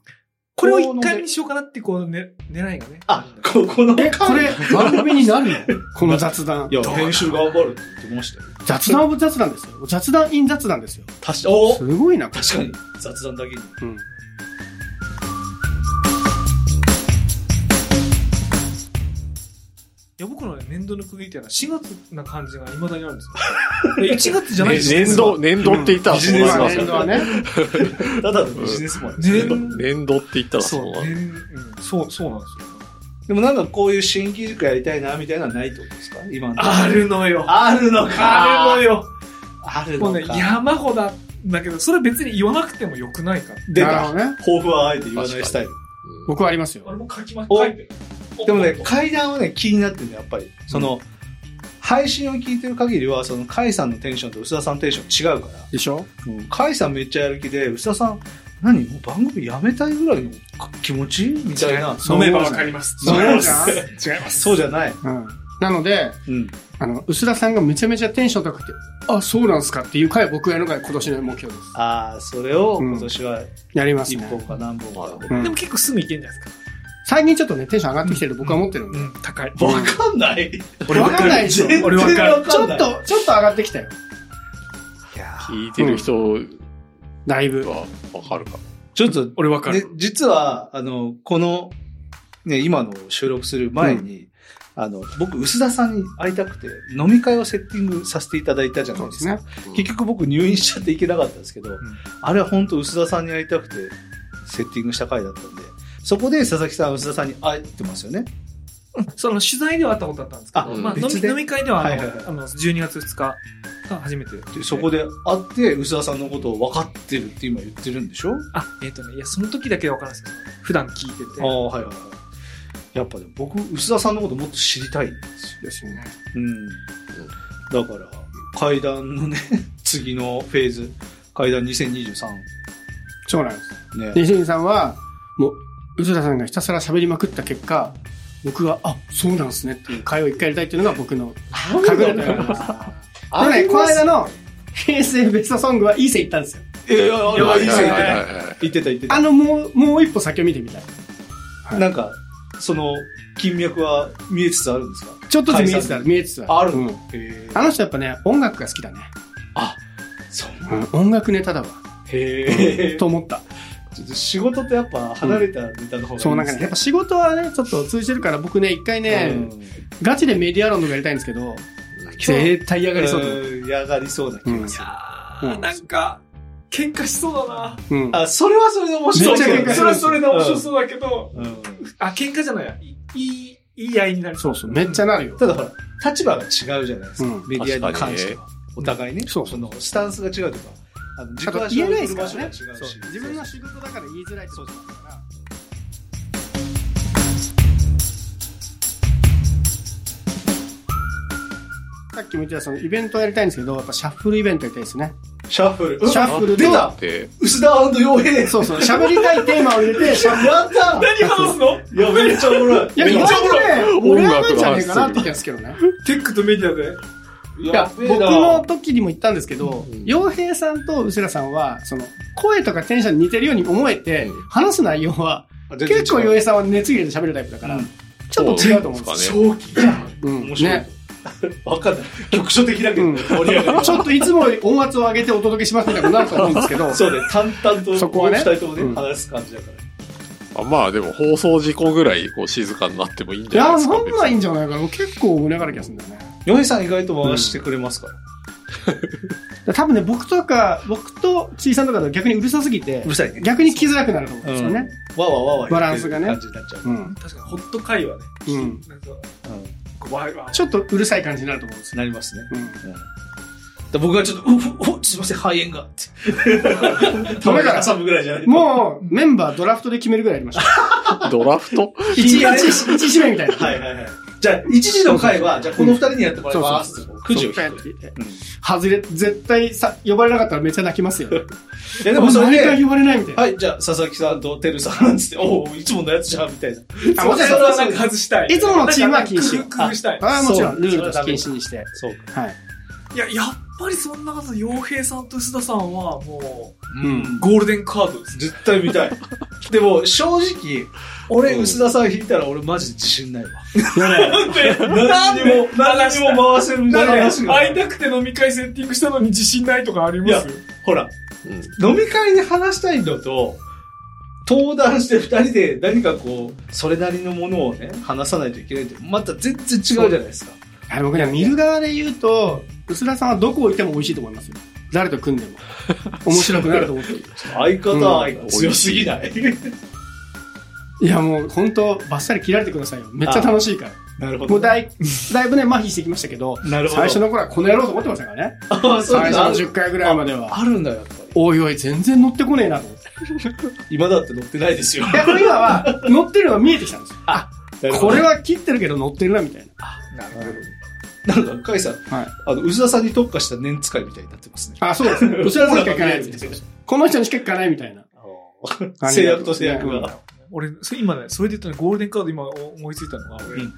Speaker 1: これを1回目にしようかなって、こう、ね、狙いがね。
Speaker 3: あ、ここの
Speaker 2: え、
Speaker 3: 会。
Speaker 2: これ、番組になるのこの雑談
Speaker 3: い。や、
Speaker 1: どう
Speaker 3: 編集頑張るって言ってましたよ。
Speaker 2: 雑談オブ雑談ですよ。雑談イン雑談ですよ。
Speaker 3: 確かお
Speaker 2: すごいな、これ
Speaker 3: 確かに。雑談だけに。
Speaker 2: うん
Speaker 1: いや、僕のね、年度の区切りっていうのは4月な感じが未だにあるんですよ。1月じゃない
Speaker 3: <laughs>
Speaker 4: ね
Speaker 1: ですよ。
Speaker 4: 年度、年度って言ったらそうなります
Speaker 2: 年
Speaker 4: よ
Speaker 2: 度はね。
Speaker 3: ただのビジネスマンですね。
Speaker 1: 年度。
Speaker 4: 年度って言ったら
Speaker 1: そ
Speaker 4: そうう、な
Speaker 1: 年
Speaker 4: る。
Speaker 1: うん、そう、そうなんですよ。
Speaker 3: でもなんかこういう新規塾やりたいな、みたいなのはないってことですか今の。
Speaker 1: あるのよ。
Speaker 3: あるの
Speaker 1: あるの
Speaker 3: か。
Speaker 1: よ。
Speaker 3: ある
Speaker 1: もう
Speaker 3: の
Speaker 1: ね、
Speaker 3: か。
Speaker 1: 山ほどあんだけど、それ別に言わなくてもよくないか。
Speaker 3: 出
Speaker 2: なる
Speaker 3: た
Speaker 2: ほ。どね。
Speaker 3: 抱負はあえて言わないスタイル。
Speaker 2: 僕はありますよ。
Speaker 1: 俺も書きま、
Speaker 3: お
Speaker 1: 書いてる。
Speaker 3: でもね、
Speaker 1: おっと
Speaker 3: 階段はね、気になってるね、やっぱり。その、配信を聞いてる限りは、その、甲斐さんのテンションと薄田さんのテンション違うから。
Speaker 2: でしょ
Speaker 3: うん甲斐さんめっちゃやる気で、薄田さん、何もう番組やめたいぐらいの気持ちみたいな。
Speaker 1: 飲めばわかります。
Speaker 2: そう
Speaker 3: 違い
Speaker 2: 思
Speaker 3: ま
Speaker 2: うじ
Speaker 3: す
Speaker 2: ゃん
Speaker 1: 違います。
Speaker 3: そうじゃない。
Speaker 2: うん。なので、
Speaker 3: うん。
Speaker 2: あの、薄田さんがめちゃめちゃテンション高くて、あ、そうなんすかっていう回は僕がやるのが今年の目標です。
Speaker 3: ああ、それを今年は
Speaker 2: やります
Speaker 3: 一本
Speaker 2: ね。
Speaker 3: か何本か。
Speaker 2: う
Speaker 1: で
Speaker 2: ん
Speaker 1: も、結構すぐいけんじゃないですか。
Speaker 2: 最近ちょっとね、テンション上がってきてると僕は思ってるんで
Speaker 1: う。ん、高い。
Speaker 3: わかんない。
Speaker 2: 俺わかんないでしょ
Speaker 3: 全然
Speaker 1: 俺わかる
Speaker 3: わ
Speaker 2: ち
Speaker 3: か
Speaker 2: ょ
Speaker 3: んな
Speaker 2: っ
Speaker 3: い。
Speaker 2: と、ちょっと上がってきたよ。
Speaker 4: 聞いてる人
Speaker 2: だいぶ。
Speaker 4: はわかるか。
Speaker 3: ちょっと、
Speaker 1: 俺わか
Speaker 3: で
Speaker 1: る。
Speaker 3: 実は、あの、この、ね、今の収録する前に、あの、僕、薄田さんに会いたくて、飲み会をセッティングさせていただいたじゃない
Speaker 2: そう
Speaker 3: で
Speaker 2: ですす
Speaker 3: か。
Speaker 2: ね。
Speaker 3: 結局僕入院しちゃっていけなかったんですけど、あれは本当薄田さんに会いたくて、セッティングした回だったんで、そこで佐々木さん、薄田さんに会ってますよね。
Speaker 1: その取材ではあったことあったんですけ
Speaker 3: あ
Speaker 1: ど、まあ飲
Speaker 3: 別
Speaker 1: み
Speaker 3: で
Speaker 1: 飲み会ではあ
Speaker 3: はいはいはい
Speaker 1: のあの12月2日が初めて
Speaker 3: でそこで会って、薄田さんのことを分かってるって今言ってるんでしょ
Speaker 1: あ、えっ、とね、いや、その時だけは分からないですけど、普段聞いて
Speaker 3: あ
Speaker 1: て。
Speaker 3: あ、はいはいはい。やっぱね、僕、薄田さんのこともっと知りたいんですよ。
Speaker 2: ですよね。
Speaker 3: うん。だから、階段のね、 <laughs> 次のフェーズ、階段2023。
Speaker 2: そうなんです。
Speaker 3: ね。
Speaker 2: 西見さんは、もう、薄田さんがひたすら喋りまくった結果、僕は、あ、そうなんすねっていう会を一回やりたいっていうのが僕の隠れたような。でもね、この間の平成ベストソングは、いい線いったんですよ。
Speaker 3: いやいや、あれはいい
Speaker 4: は
Speaker 3: 線いって
Speaker 4: いはい
Speaker 3: た。
Speaker 4: はいはい
Speaker 3: 言ってた言って
Speaker 2: あ
Speaker 3: た。
Speaker 2: の、もう、もう一歩先を見てみたい。
Speaker 3: なんか、その、金脈は見えつつあるんですか
Speaker 2: ちょっとずつ見えてた、
Speaker 3: 解散
Speaker 2: 見えてた。
Speaker 3: ある
Speaker 2: うん
Speaker 3: のへ
Speaker 2: あ
Speaker 3: ー
Speaker 2: の人やっぱね、音楽が好きだね。
Speaker 3: あ、そうな
Speaker 2: うんん、音楽ネ
Speaker 3: <laughs>
Speaker 2: タだわ。
Speaker 3: へえ
Speaker 2: と。思った。
Speaker 3: ちょっと仕事とやっぱ離れたネタの方がいいですね。
Speaker 2: そう、なんかね、やっぱ仕事はね、ちょっと通じてるから、僕ね、一回ね、
Speaker 3: うん
Speaker 2: ガチでメディア論とかやりたいんですけど、絶対嫌がりそうと思う。
Speaker 3: うん嫌がりそうな気がする。
Speaker 1: やー、なんか、喧嘩しそうだな。
Speaker 2: うん。
Speaker 3: あ、それはそれで面
Speaker 2: め
Speaker 3: 白
Speaker 2: っ
Speaker 3: い
Speaker 2: ちゃ
Speaker 3: け
Speaker 2: 喧嘩
Speaker 3: ど。
Speaker 2: す
Speaker 1: そ
Speaker 2: る
Speaker 1: れはそれで面白そうだけど、
Speaker 3: うん。うん
Speaker 1: あ、喧嘩じゃない。いいい、いい合いになる。
Speaker 2: そうそう、めっちゃなるよ。
Speaker 3: ただほら、立場が違うじゃないですか。
Speaker 2: うん
Speaker 3: メディアに関しては。お互いね。
Speaker 2: そう
Speaker 3: その、スタンスが違うとか。あの、
Speaker 2: あ
Speaker 3: 軸
Speaker 2: と
Speaker 3: 足
Speaker 2: 言え
Speaker 3: を
Speaker 2: ないで
Speaker 3: 振
Speaker 2: す
Speaker 3: る
Speaker 2: か
Speaker 3: 場
Speaker 2: ら
Speaker 3: 所が違
Speaker 2: ね
Speaker 3: うし。。
Speaker 2: そう自分の仕事だから言いづらいってことだから。さっきも言ってたそのイベントをやりたいんですけど、やっぱシャッフルイベントやりたいですね。
Speaker 3: シャッフル。うん
Speaker 2: シャッフルと
Speaker 3: 出た
Speaker 4: で、
Speaker 3: 薄田洋平
Speaker 2: そうそう、喋りたいテーマを入れて、シャッフル。
Speaker 3: やった
Speaker 1: 何話すの
Speaker 3: いや、めっちゃおもろい。
Speaker 2: いや、意
Speaker 4: めっちゃ
Speaker 2: 外とね、
Speaker 4: おも
Speaker 2: 盛
Speaker 4: ろ
Speaker 2: り
Speaker 4: い
Speaker 2: 上がるんじゃねえかなって気がするけどね。
Speaker 1: テックとメディアで。
Speaker 2: いや、僕の時にも言ったんですけど
Speaker 4: うん、
Speaker 2: 洋平さんとうすらさんは、その、声とかテンションに似てるように思えて
Speaker 4: うん、
Speaker 2: 話す内容は、結構洋平さんは熱入れて喋るタイプだから
Speaker 3: うん、
Speaker 2: ちょっと違うと思うんです
Speaker 4: そ
Speaker 3: 正気じゃん。
Speaker 2: よ。うん
Speaker 3: 面白い
Speaker 2: ね。。
Speaker 3: わかんない。局所的だけ
Speaker 2: う
Speaker 3: ど、
Speaker 2: ん
Speaker 3: 盛り上がる。
Speaker 2: ちょっといつもより音圧を上げてお届けしますみたいになると思うんですけど、
Speaker 3: そうね、淡々と、
Speaker 2: そこはね
Speaker 3: 二人とも
Speaker 2: うん
Speaker 3: ね、話す感じだから。
Speaker 4: あまあでも放送事故ぐらいこう静かになってもいいん
Speaker 2: い
Speaker 4: じゃない
Speaker 2: や、
Speaker 4: ですか。
Speaker 2: そんなんいいん
Speaker 4: じ
Speaker 2: じゃないかな。もう結構盛り上がる気がするんだよね。
Speaker 3: 洋平さん意外と回してくれますから。
Speaker 2: 多分ね、僕とか、僕とちいさんとかだと逆にうるさすぎて
Speaker 3: う、るさいね。
Speaker 2: 逆に来づらくなると思うん
Speaker 3: う
Speaker 2: ですよ
Speaker 3: ん。わ
Speaker 2: ね。
Speaker 3: わわわ。
Speaker 2: バランスがね
Speaker 3: 感じになっちゃう。
Speaker 2: うん。
Speaker 1: 確かに、ホット会話ね。
Speaker 2: うん。
Speaker 1: なんか、
Speaker 3: うん
Speaker 1: こうわいわい
Speaker 2: ちょっとうるさい感じになると思うんですよ。
Speaker 3: なりますね。
Speaker 2: うん。
Speaker 3: うんで僕がちょっと、うふ、うふ、すいません、肺炎
Speaker 2: <laughs>
Speaker 3: が。って。
Speaker 2: ダメだ
Speaker 3: 挟むぐらいじゃない。う。
Speaker 2: もう、メンバードラフトで決めるぐらいやりました。
Speaker 4: ゃん。ドラフト
Speaker 2: 一、一、一指名みたいな。
Speaker 3: はいはいはい。じゃあ、一時の回は、じゃあこの二人にやってもらいます。くじを引
Speaker 2: そう
Speaker 3: く。
Speaker 2: 外れ、絶対さ、呼ばれなかったらめっちゃ泣きますよ。
Speaker 3: え、
Speaker 2: で
Speaker 3: で
Speaker 2: も
Speaker 3: も
Speaker 2: そ
Speaker 3: そ
Speaker 2: れ
Speaker 3: れ
Speaker 2: 毎回
Speaker 3: で、
Speaker 2: 呼ばれないみたいな。
Speaker 3: はい、じゃあ、佐々木さんとてるさんなんつって、おお、いつものやつじゃん、みたいな。
Speaker 2: あ
Speaker 1: そ
Speaker 2: も
Speaker 1: う
Speaker 2: ち
Speaker 1: だ
Speaker 2: ろん
Speaker 1: よそれはなんか外したい。
Speaker 2: いつものチームは禁止
Speaker 1: なんか工夫したい。
Speaker 2: ああ、もちろん、
Speaker 3: そう
Speaker 2: ルールとして禁止にして。
Speaker 3: そうか。
Speaker 2: はい。
Speaker 1: いや、やっぱりそんなこと、洋平さんと須田さんはも
Speaker 2: う
Speaker 3: うんん
Speaker 1: う、。ゴールデンカードです。
Speaker 3: 絶対見たい。でも、正直、俺、
Speaker 4: うん
Speaker 3: 薄田さん引いたら俺マジで自信ないわ。
Speaker 1: なんで
Speaker 3: 何にも、何にも回せるみたいな
Speaker 1: なん
Speaker 3: 話
Speaker 1: で
Speaker 3: が。
Speaker 1: 会いたくて飲み会セッティングしたのに自信ないとかあります
Speaker 3: ほら、
Speaker 4: うん。
Speaker 3: 飲み会で話したいのと、登壇して二人で何かこう、それなりのものをね、話さないといけないって、また全然違うじゃないですか。
Speaker 2: あの僕ね、見る側で言うと、薄田さんはどこ置いても美味しいと思いますよ。誰と組んでも。面白くなると思ってる。
Speaker 3: 相方愛が
Speaker 4: うん
Speaker 3: 強すぎない。
Speaker 2: いや、もう本当バッサリ切られてくださいよ。めっちゃ楽しいから。
Speaker 3: なるほ
Speaker 2: も
Speaker 3: ど。
Speaker 2: うだい、だいぶね、麻痺してきましたけど、
Speaker 3: なるほど。
Speaker 2: 最初の頃はこの野郎と思ってましたからね。
Speaker 3: あそう
Speaker 2: 最
Speaker 3: だ
Speaker 2: 初の10回ぐらいまでは。
Speaker 3: あるんだよ、やっぱり。
Speaker 2: おいおい、全然乗ってこねえなと思って。
Speaker 3: 今だって乗ってないですよ。
Speaker 2: いや、これ今は、乗ってるのが見えてきたんですよ。あ、 <laughs> これ
Speaker 3: は、
Speaker 2: は切ってるけど乗ってるな、みたいな。
Speaker 1: なるほど。
Speaker 3: なんか、カイさん、
Speaker 2: はい。
Speaker 3: あの、薄田さんに特化した年使いみたいになってますね。
Speaker 2: あ、 <laughs> そうですね。うすらさんしか行かないみたいな。この人にしか行かないみたいな。
Speaker 3: 制約と制約
Speaker 2: うん
Speaker 3: が。
Speaker 1: 俺、それ今ね、それで言うとね、ゴールデンカード今思いついたのが、俺
Speaker 3: うん、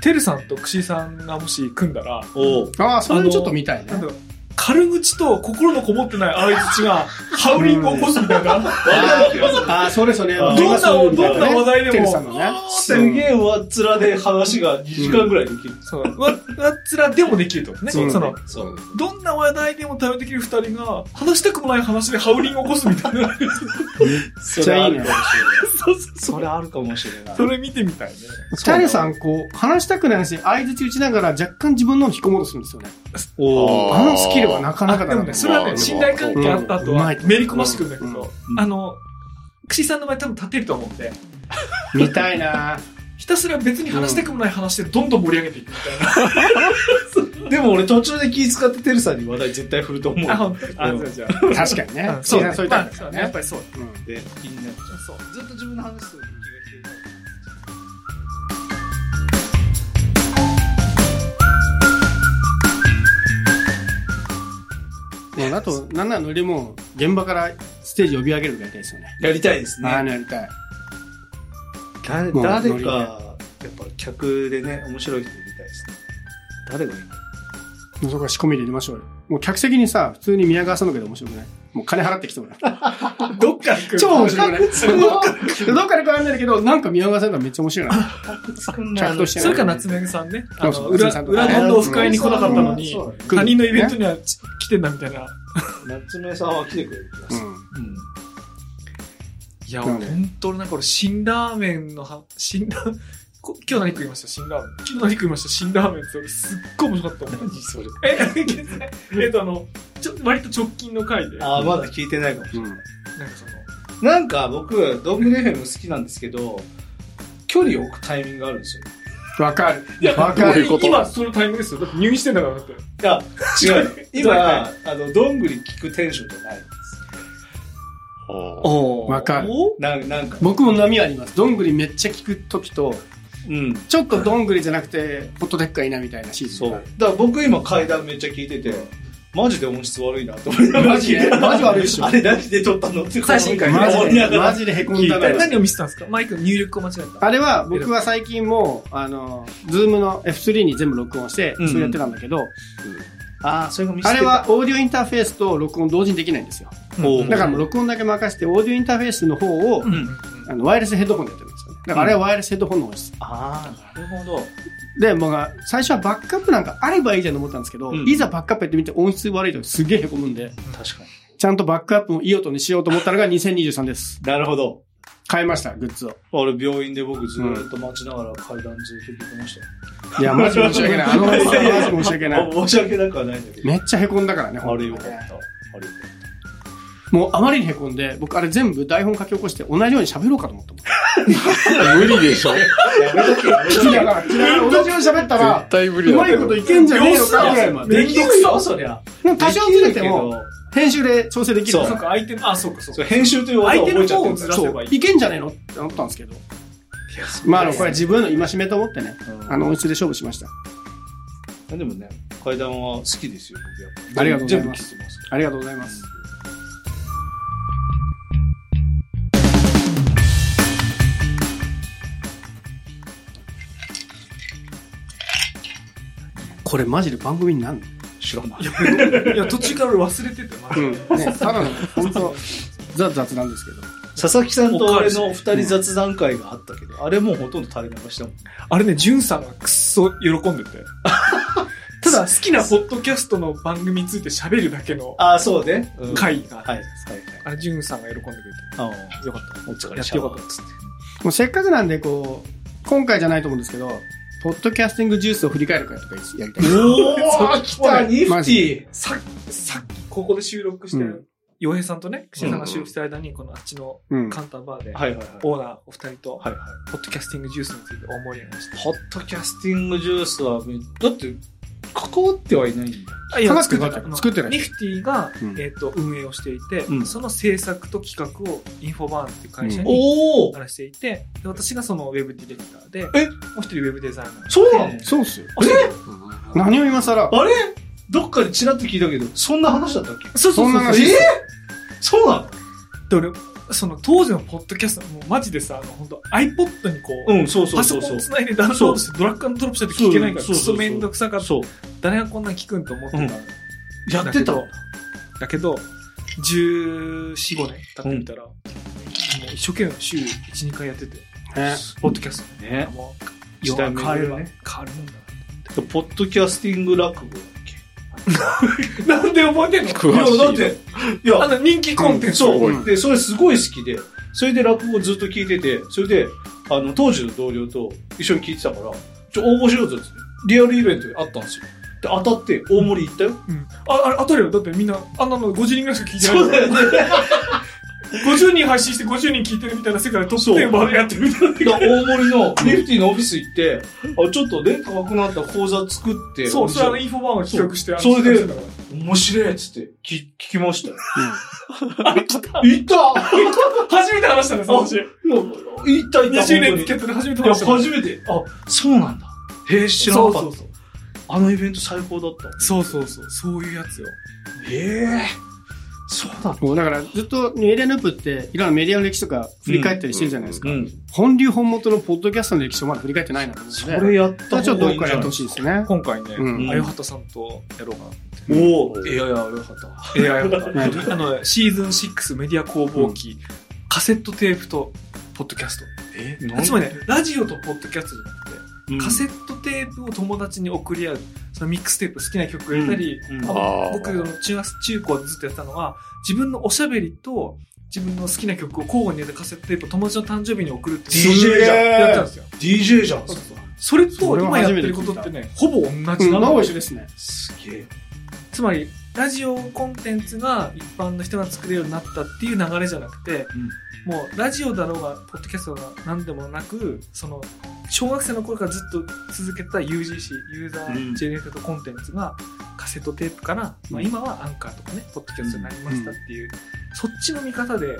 Speaker 1: てるさんとくしさんがもし組んだら、
Speaker 3: おう
Speaker 2: ああ、それちょっと見たいね
Speaker 1: なん。だろう軽口と心のこもってない相槌が、ハウリングを起こすみたいな。
Speaker 2: ああ、それそれ。
Speaker 3: どんな
Speaker 2: 俺がそういうの
Speaker 1: どんな話題でも
Speaker 2: テルさんのね。
Speaker 3: すげえ上っ面で話が2時間ぐらいできる。
Speaker 1: そう、うわ、うわっつらでもできるってことね。
Speaker 2: そ
Speaker 1: そうの、
Speaker 3: そう。
Speaker 1: どんな話題でも対応できる二人が、話したくもない話でハウリングを起こすみたいな。
Speaker 3: そ
Speaker 2: ち
Speaker 3: れ
Speaker 2: ゃ
Speaker 3: あ
Speaker 2: いい
Speaker 3: る
Speaker 2: ね
Speaker 3: かもしれない。
Speaker 1: そうそう
Speaker 3: それあるかもしれない
Speaker 1: <laughs> そ。れ見てみたいね。
Speaker 2: テルさん、こう、話したくない話、相槌打ちながら若干自分のを引こうとするんですよね。
Speaker 4: おー
Speaker 2: あのスキルはなかなか
Speaker 1: あ、
Speaker 2: だ
Speaker 1: で
Speaker 2: な
Speaker 1: もね、それは
Speaker 4: まあ
Speaker 1: ね、信頼関係あった後は
Speaker 2: う、まい
Speaker 1: めり込ましてくるんだけ
Speaker 2: うん
Speaker 1: ど
Speaker 3: う、ん
Speaker 1: あの、くしさんの場合多分立てると思うんで、
Speaker 2: 見たいな
Speaker 1: ひたすら別に話したくもない話でどんどん盛り上げていくみ
Speaker 3: でも俺途中で気使ってテルさんに話題絶対振ると
Speaker 1: <laughs>
Speaker 3: 思う。
Speaker 1: たいな。あ、ほんとあ、
Speaker 3: うん
Speaker 1: じゃ
Speaker 2: <laughs> 確かにね
Speaker 1: あ。うん。
Speaker 2: そ
Speaker 1: そう
Speaker 2: う
Speaker 1: ね
Speaker 2: ね。そう
Speaker 1: ま
Speaker 2: いうタイ
Speaker 1: あ
Speaker 2: プ
Speaker 1: そ
Speaker 2: だ
Speaker 1: う
Speaker 2: よ
Speaker 1: ねやっ
Speaker 2: ね
Speaker 1: ぱ。りそうだ。
Speaker 2: うん
Speaker 3: で、気になっちゃ
Speaker 1: そう。
Speaker 3: う。ずっと自分の話す
Speaker 1: <laughs>
Speaker 3: る気がして
Speaker 2: うんあと、なんならノリも、現場からステージ呼び上げるぐらいですよね。
Speaker 3: る。やりたいです
Speaker 2: ああ、
Speaker 3: ね。
Speaker 2: やりたい。
Speaker 3: 誰
Speaker 2: もう
Speaker 3: 誰
Speaker 2: ノリ
Speaker 3: か、
Speaker 2: ね
Speaker 3: やっぱ客でね、面白い人いたいですね。誰がいいか。
Speaker 2: そこは仕込みで入れましょうよ。もう客席にさ、普通に宮川さんのけで面白くないもう金払ってきてもらう。
Speaker 3: どっか行く
Speaker 2: 超
Speaker 1: <laughs>
Speaker 2: 面白くない <laughs> どっかで絡んでるけど、なんか宮川さんがめっちゃ面白い <laughs> な。客として
Speaker 1: それか夏目さんね。あ
Speaker 2: そ
Speaker 1: の、
Speaker 2: う
Speaker 1: 裏、
Speaker 2: そう夏目さんとか
Speaker 1: 裏のオフ会に来なかったのに、
Speaker 3: そうだね
Speaker 1: 他人のイベントにはち来てんだみたいな。
Speaker 3: 夏目さんは来てくれる気がす
Speaker 2: う
Speaker 3: る
Speaker 2: ん。
Speaker 1: うんいや、
Speaker 2: そう
Speaker 1: 本
Speaker 2: ね
Speaker 1: 当になんか俺、辛ラーメンのは、辛ラー、こ今日何食いました辛ラーメン。昨日何食いました辛ラーメンって俺すっごい面白かったもん。
Speaker 3: 何それ。
Speaker 1: え、えっとあの、ちょ、割と直近の回で。なんか
Speaker 3: あー、まだ聞いてないかもしれ
Speaker 2: うん。
Speaker 1: その、
Speaker 3: ない。なんか僕、ドングレ FM 好きなんですけど、距離を置くタイミングがあるんですよ。
Speaker 2: わかる。
Speaker 1: いや、
Speaker 2: わか
Speaker 4: どうい
Speaker 2: る。
Speaker 4: うこと
Speaker 1: 今そのタイミングですよ。だって入院してんだからだって。
Speaker 3: いや、違
Speaker 2: <laughs>
Speaker 3: う。
Speaker 1: どういう
Speaker 3: 今、あの、どんぐり聞くテンションじゃないんです。
Speaker 4: あ
Speaker 1: お
Speaker 2: わかる
Speaker 3: ななんか、
Speaker 2: 僕も波あります。どんぐりめっちゃ聞くときと、
Speaker 3: うん。
Speaker 2: ちょっとどんぐりじゃなくて、ホットテックがいいなみたいなシーズ
Speaker 3: そ
Speaker 2: ン
Speaker 3: う。
Speaker 2: が
Speaker 3: だか
Speaker 2: ある。
Speaker 3: ら僕今階段めっちゃ聞いてて、マジで音質悪いなと思いながら
Speaker 2: マジ
Speaker 3: <laughs>
Speaker 2: でマジ悪いっしょ
Speaker 3: あれ何で撮ったのって
Speaker 1: 最新回
Speaker 2: マ
Speaker 3: 思い
Speaker 2: <laughs> ジ
Speaker 3: なが
Speaker 2: で、マ
Speaker 3: ら。
Speaker 2: ジで凹んだな。
Speaker 1: 何を見せたんですかマイクの入力を間違えた。
Speaker 2: あれは僕は最近もう、あの、ズームの F3 に全部録音して、
Speaker 3: うん
Speaker 2: それやってたんだけど、
Speaker 3: ああ、それが見
Speaker 2: あれはオーディオインターフェースと録音同時にできないんですよ。
Speaker 3: おう
Speaker 2: だからもう録音だけ任せて、オーディオインターフェースの方を、
Speaker 1: うんうん
Speaker 2: あのワイヤレスヘッドホンでやってるんですよね。だからあれはワイヤレスヘッドホンの音質。
Speaker 3: ああ、なるほど。
Speaker 2: で、僕は最初はバックアップなんかあればいいじゃんと思ったんですけど、
Speaker 3: うん
Speaker 2: いざバックアップやってみて音質悪いとすげえ凹むんで、
Speaker 3: 確かに。
Speaker 2: ちゃんとバックアップもいい音にしようと思ったのが2023です。
Speaker 3: なるほど。
Speaker 2: 買いました、グッズを。
Speaker 3: 俺、病院で僕ずーっと待ちながら階段ずっと聞いてましたよ。
Speaker 2: いや、マジ申
Speaker 3: <laughs>
Speaker 2: し訳ない。あの、マジ申し訳ない
Speaker 3: あ。申し訳なくはないんだけど。
Speaker 2: めっちゃ凹んだからね、
Speaker 3: あ
Speaker 2: ほんと
Speaker 3: れ
Speaker 2: に
Speaker 3: よかった。
Speaker 2: ね
Speaker 3: あれよ
Speaker 2: もうあまりに凹んで、僕あれ全部台本書き起こして同じように喋ろうかと思ったもん。
Speaker 4: あ。無理でしょ絶
Speaker 3: かった。やめと
Speaker 2: <laughs> 聞きながら、聞きながら同じように喋ったら、
Speaker 4: 対無
Speaker 2: う
Speaker 4: 理だ
Speaker 2: まいこといけんじゃねえのかぐらいま
Speaker 3: け。
Speaker 2: で。
Speaker 3: できるよ、そりゃ。
Speaker 2: でも多少ずれても、編集で調整できる
Speaker 3: そう
Speaker 2: か
Speaker 1: そう
Speaker 2: ら
Speaker 1: か、相手の、あ、そうか、そう
Speaker 3: そ
Speaker 1: か
Speaker 3: う。編集という技
Speaker 1: 相手
Speaker 3: を覚
Speaker 1: の
Speaker 3: えちゃっ
Speaker 1: 方
Speaker 3: て
Speaker 1: を
Speaker 3: る
Speaker 1: ず
Speaker 3: からら。
Speaker 1: せ
Speaker 3: そ
Speaker 1: ばいい。
Speaker 2: いけんじゃねえのって思ったんですけど。まあ、あの、これ自分の戒めと思ってね、あの、音質で勝負しました。
Speaker 3: うでもね、階段は好きですよ、僕やっぱ
Speaker 2: ありがとうございます
Speaker 3: 全部聞いてます。
Speaker 2: ありがとうございます。これマジで番組になんの
Speaker 3: 知らない。
Speaker 1: いや、途中から俺忘れてて、まだ
Speaker 2: うん。 <laughs> ね、ただの、本当ザ雑なんですけど。
Speaker 3: 佐々木さんと俺の二人雑談会があったけど、あれもうほとんど垂れ流したもん。
Speaker 1: あれね、ジュンさんがくっそ喜んでて。た <laughs> だ、好きなポッドキャストの番組について喋るだけの
Speaker 3: ああ、そうね。うん
Speaker 1: 回があって、
Speaker 3: はい、はい、
Speaker 1: あれ、ジュンさんが喜んでくれ
Speaker 3: はい。
Speaker 1: て、よかった。
Speaker 3: お疲
Speaker 1: や
Speaker 3: れ
Speaker 1: ってよか
Speaker 3: 様
Speaker 1: ったっつって。
Speaker 2: もうせっかくなんで、こう、今回じゃないと思うんですけど、ポッドキャスティングジュースを振り返る会とかやりたい。
Speaker 3: おー、来た、ニフ
Speaker 2: マ
Speaker 3: ティ
Speaker 2: ジ
Speaker 1: ささっき、ここで収録して
Speaker 2: うん
Speaker 1: る、洋、平さんとね、岸田さんが収録してる間に、このあっちの
Speaker 2: <laughs> うん。
Speaker 1: カウンターバーで、
Speaker 3: はいはいはい。
Speaker 1: オーナーお二人と、
Speaker 3: はいはい。
Speaker 1: ポッドキャスティングジュースについて思い合いました。
Speaker 3: ポッドキャスティングジュースは、だって、関わってはいないんだ。
Speaker 1: あいや
Speaker 2: 高橋君
Speaker 1: ない
Speaker 2: 作ってない作ってない
Speaker 1: ニフティが、
Speaker 2: うん
Speaker 1: えっと運営をしていて、
Speaker 3: うん
Speaker 1: その制作と企画をインフォバーンっていう会社に
Speaker 3: おお
Speaker 1: 話していて、で私がそのウェブディレクターで、
Speaker 3: え
Speaker 1: もう一人ウェブデザイナー
Speaker 3: そうなの
Speaker 2: そうっすよ。
Speaker 3: あれ
Speaker 2: 何を今更。
Speaker 3: あれどっかでチラッと聞いたけど、そんな話だったっけ
Speaker 1: そう
Speaker 2: そうそうそうん
Speaker 1: な
Speaker 2: あ
Speaker 1: 話
Speaker 2: え
Speaker 3: そうな
Speaker 1: で俺その当時のポッドキャストもうマジでさあの本当 iPod にこう、
Speaker 3: のうん、そうそう
Speaker 1: パソ
Speaker 3: そう
Speaker 1: コ
Speaker 3: そ
Speaker 1: ン
Speaker 3: う。
Speaker 1: つないでダウンロードしてドラッグアンドドロップしてて聞けないから
Speaker 3: そ
Speaker 1: ク
Speaker 3: うそうそう
Speaker 1: ソめんどくさかった
Speaker 3: そう。
Speaker 1: 誰がこんなん聞くんと思ってた、
Speaker 3: うんやってたわ。
Speaker 1: だけど1415年経ってみたら、もう一生懸命週12回やってて
Speaker 2: ね
Speaker 1: ポッドキャスト
Speaker 3: ね。
Speaker 1: もう
Speaker 3: 時代
Speaker 1: 世
Speaker 3: も
Speaker 1: は変える
Speaker 3: いろいろ
Speaker 1: ね。変わるもんだ
Speaker 3: ポッドキャスティング落語だっ
Speaker 1: な。なんで覚えて
Speaker 3: <laughs>
Speaker 1: んの
Speaker 3: け。
Speaker 4: 詳しい
Speaker 3: だって、いや
Speaker 1: あ、の人気コンテンツ。
Speaker 3: そう、
Speaker 2: うん
Speaker 3: で、それすごい好きで、それで落語をずっと聞いてて、それで、あの、当時の同僚と一緒に聞いてたから、ちょ、応募しようぜって、リアルイベントであったんですよ。で、当たって大盛り行ったよ。
Speaker 1: うんあ、あれ、当たるよ。だってみんな、あんなの50人ぐらいしか聞いてない。
Speaker 3: ね。
Speaker 1: 50人配信して50人聞いてるみたいな世界でトップ10までやってるみたいな。
Speaker 3: で大盛りのニフティのオフィス行って、あ、ちょっとね、高くなった講座作って、
Speaker 1: そう、それあの
Speaker 3: 面
Speaker 1: インフォバーンを企画して、あの
Speaker 3: そうそれで
Speaker 1: 企画してたか
Speaker 3: 面白いっつって聞聞きましたよ。
Speaker 1: らあれ来た
Speaker 3: 行った
Speaker 1: 初めて話したね、その話。
Speaker 3: 行った行った。
Speaker 1: 20年
Speaker 3: 本当に
Speaker 1: 付き合ってて初めて
Speaker 3: いや、
Speaker 1: 話したね。
Speaker 3: 初めて。あ、そうなんだ。へえ、知らなかった。
Speaker 1: そうそう
Speaker 3: あのイベント最高だった。
Speaker 1: そうそうそう、そういうやつよ。
Speaker 3: へえ、そうだ
Speaker 2: もうだからずっとメディアヌープっていろんなメディアの歴史とか振り返ったりしてるじゃないですか。
Speaker 3: うん。
Speaker 2: 本流本元のポッドキャストの歴史をまだ振り返ってないなと思う
Speaker 3: そ
Speaker 2: ので、
Speaker 3: れやった
Speaker 2: ちょっ
Speaker 3: 方が
Speaker 2: とど
Speaker 3: いい
Speaker 2: っ
Speaker 3: んじ
Speaker 2: か
Speaker 3: ゃ
Speaker 2: ら
Speaker 3: ない
Speaker 2: やってほしいですね。
Speaker 1: 今回ね、
Speaker 2: うん
Speaker 1: あよはたさんとやろうかなって。
Speaker 3: おお、いやいや、よかったわ。
Speaker 1: いや、よか
Speaker 2: <laughs>
Speaker 1: った。あの、シーズン6メディア工房機、カセットテープと、ポッドキャス
Speaker 3: え、
Speaker 1: ト。つまりね、ラジオとポッドキャストじゃなくて、カセ
Speaker 3: ッ
Speaker 1: ットテープを友達に送り合う。そのミックステープ好きな曲をやったり、
Speaker 3: うんうん
Speaker 1: あ
Speaker 4: あ
Speaker 1: の
Speaker 4: ー
Speaker 1: 僕の中学、中高でずっとやってたのは、自分のおしゃべりと、自分の好きな曲を交互に入れたカセットテープを友達の誕生日に送るっていう
Speaker 3: DJ じゃん
Speaker 1: やってたんですよ。
Speaker 3: DJ じゃん。
Speaker 1: それと
Speaker 2: それは
Speaker 1: 今やって
Speaker 2: 初めて聞
Speaker 1: る
Speaker 2: いた
Speaker 1: ことってね、ほぼ同じな
Speaker 2: うん、
Speaker 1: の
Speaker 2: の一緒ですね。
Speaker 3: すげえ。
Speaker 1: つまり、ラジオコンテンツが一般の人が作れるようになったっていう流れじゃなくて、もうラジオだろうが、ポッドキャストだろうが何でもなく、その、小学生の頃からずっと続けてた UGC、ユーザ
Speaker 3: うん
Speaker 1: ージェネレートコンテンツが、カセットテープから、まあ今はアンカーとかね、ポッドキャストになりましたっていう、そっちの見方で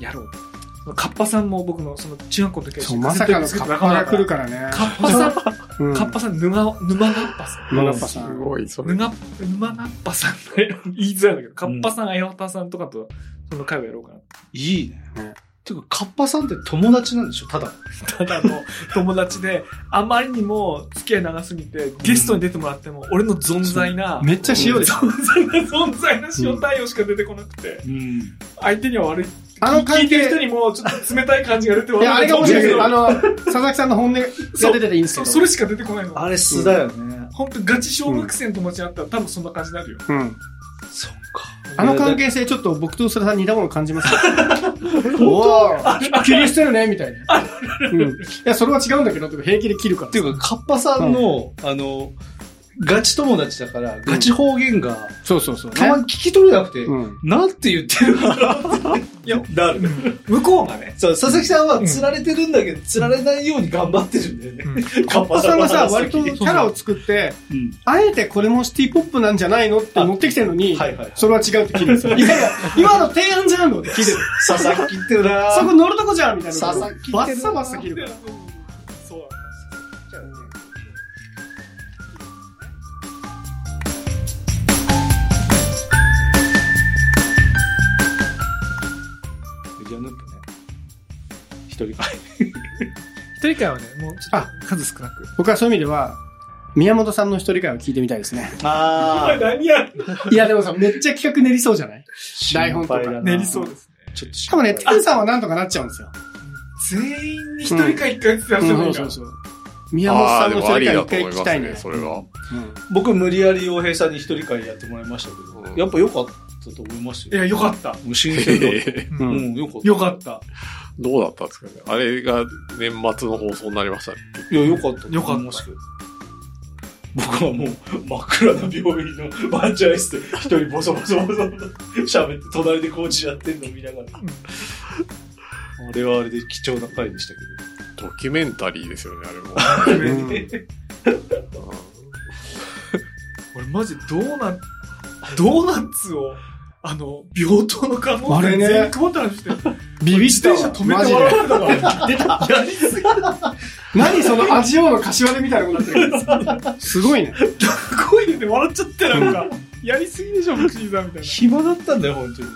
Speaker 1: やろうと。カッパさんも僕のその中学校の時
Speaker 2: そう、
Speaker 1: は
Speaker 2: ま
Speaker 1: カセ
Speaker 2: さ
Speaker 1: ットテ
Speaker 2: か
Speaker 1: ープ作った
Speaker 2: のカッパ
Speaker 1: 仲間だ
Speaker 2: が
Speaker 1: か
Speaker 2: 来る
Speaker 1: ら。
Speaker 2: からね。
Speaker 1: カッパさん、カ
Speaker 2: うん、
Speaker 1: ッパさん、沼、沼ガッパさん。
Speaker 2: マナッパさ
Speaker 4: す
Speaker 2: ん。
Speaker 4: ごい、それ
Speaker 1: ぬ。が、ぬまなっぱさんだよ <laughs> 言いづらいんだけど、かっぱさん、あやほたさんとかと、その会をやろうかな。 <laughs>
Speaker 3: いいね
Speaker 2: ね。
Speaker 3: てか、カッパさんって友達なんでしょただ。
Speaker 1: ただの友達で、あまりにも付き合い長すぎて、ゲストに出てもらっても、俺の存在な、
Speaker 2: めっちゃ塩です。
Speaker 1: 存在な、存在な塩対応しか出てこなくて、
Speaker 3: うん。
Speaker 1: 相手には悪い。
Speaker 2: あの
Speaker 1: 聞
Speaker 2: 関
Speaker 1: いてる人
Speaker 2: 係、
Speaker 1: にも、ちょっと冷たい感じが出て
Speaker 2: いや、あれが面白いですよ。あ
Speaker 1: あの、
Speaker 2: の、佐々木さんの本音が出てていいんです
Speaker 1: そ
Speaker 2: けど。
Speaker 1: それしか出てこないの。
Speaker 3: あれ素だよね。
Speaker 1: 本当ガチ小学生の友達に会ったら、多分そんな感じになるよ。
Speaker 2: うん。
Speaker 3: そっか。
Speaker 2: あの関係性、ちょっと僕と菅田さん似たもの感じ <laughs> ますよ。おぉ、切りしてるね、みたいな。うん。いや、それは違うんだけど、とか平気で切るから。
Speaker 3: っていうか、カッパさんの、あの、ガチ友達だから、ガチ方言が、
Speaker 2: そうそうそうね。
Speaker 3: たまに聞き取れなくて、
Speaker 2: うん。
Speaker 3: なんて言ってるかなって。いや、なる。
Speaker 1: 向こうがね、
Speaker 3: そう、佐々木さんは釣られてるんだけど、釣られないように頑張ってるんだよね。 <laughs> カッ
Speaker 2: お
Speaker 3: パ
Speaker 2: 子さんがさ、
Speaker 3: の
Speaker 2: 割
Speaker 3: 話
Speaker 2: と
Speaker 3: の
Speaker 2: キ
Speaker 3: 時
Speaker 2: ャラを作って、
Speaker 3: うん
Speaker 2: あえてこれもシティポップなんじゃないのって持ってきてるのに、
Speaker 3: はいはいはい
Speaker 2: それは違うって聞いてるんですよ。いやいや、今の提案じゃんのって聞いてる。
Speaker 3: 佐々木ってな
Speaker 2: そこ乗るとこじゃんみたいな。
Speaker 3: 佐々木って
Speaker 2: バ
Speaker 3: な
Speaker 2: ッサバッサ切るから。
Speaker 1: そうなんです。
Speaker 3: メディアヌップね。一人。
Speaker 1: 一人会はね、もうちょっ
Speaker 2: あ
Speaker 1: と数少なく。
Speaker 2: 僕はそういう意味では、宮本さんの一人会を聞いてみたいですね。
Speaker 3: ああ、
Speaker 1: 何や
Speaker 2: いや、でもさ、めっちゃ企画練りそうじゃない台本とか
Speaker 3: 心配だな
Speaker 1: 練りそうですね。
Speaker 3: ちょっと
Speaker 2: し
Speaker 3: し
Speaker 2: かもね、タンさんはなんとかなっちゃうんですよ。
Speaker 1: 全員に一人会一回ずつやってもいいから。
Speaker 2: う。宮本さんの一人会一回
Speaker 4: あーでもありだと思
Speaker 2: 聞
Speaker 4: い
Speaker 2: き
Speaker 4: ま
Speaker 2: た
Speaker 4: す
Speaker 2: いね
Speaker 4: ね、。それ
Speaker 2: う
Speaker 4: は。
Speaker 2: ん
Speaker 3: 僕無理やり洋平さんに一人会やってもらいましたけど、
Speaker 4: うん
Speaker 3: やっぱ良かったと思いまし
Speaker 1: い
Speaker 3: たよ。
Speaker 1: や、よかった。
Speaker 3: もう新鮮
Speaker 4: <laughs>
Speaker 3: だった。
Speaker 1: う
Speaker 3: うんん、よかった。
Speaker 1: よかった。
Speaker 4: どうだったんですかねあれが年末の放送になりましたね。
Speaker 3: いや、よかった。
Speaker 1: よかった
Speaker 3: た。僕はもう真っ暗な病院のバンチャイスで一人ボソボソボソボソ喋って隣でコーチやってんの見ながら。あれはあれで貴重な回でしたけ
Speaker 4: ドキュメンタリーですよね、
Speaker 2: <laughs>
Speaker 4: あれも。
Speaker 2: うん
Speaker 1: 俺マジドーナツ、ドーナツを、あの、病棟の可能
Speaker 2: あれ
Speaker 1: 性
Speaker 2: ね
Speaker 1: 全クボタンして、
Speaker 2: ビビっ
Speaker 1: 自
Speaker 2: た
Speaker 1: 転車止め
Speaker 2: わ。
Speaker 1: て
Speaker 2: マジ
Speaker 1: 笑
Speaker 2: で。
Speaker 1: われたから、
Speaker 2: 何その味をの柏でみたいなことになってる。すごいね。
Speaker 1: 声出て笑っちゃってなんか、やりすぎでしょ、クシーさんみたい
Speaker 3: ど。暇だったんだよ、本当に。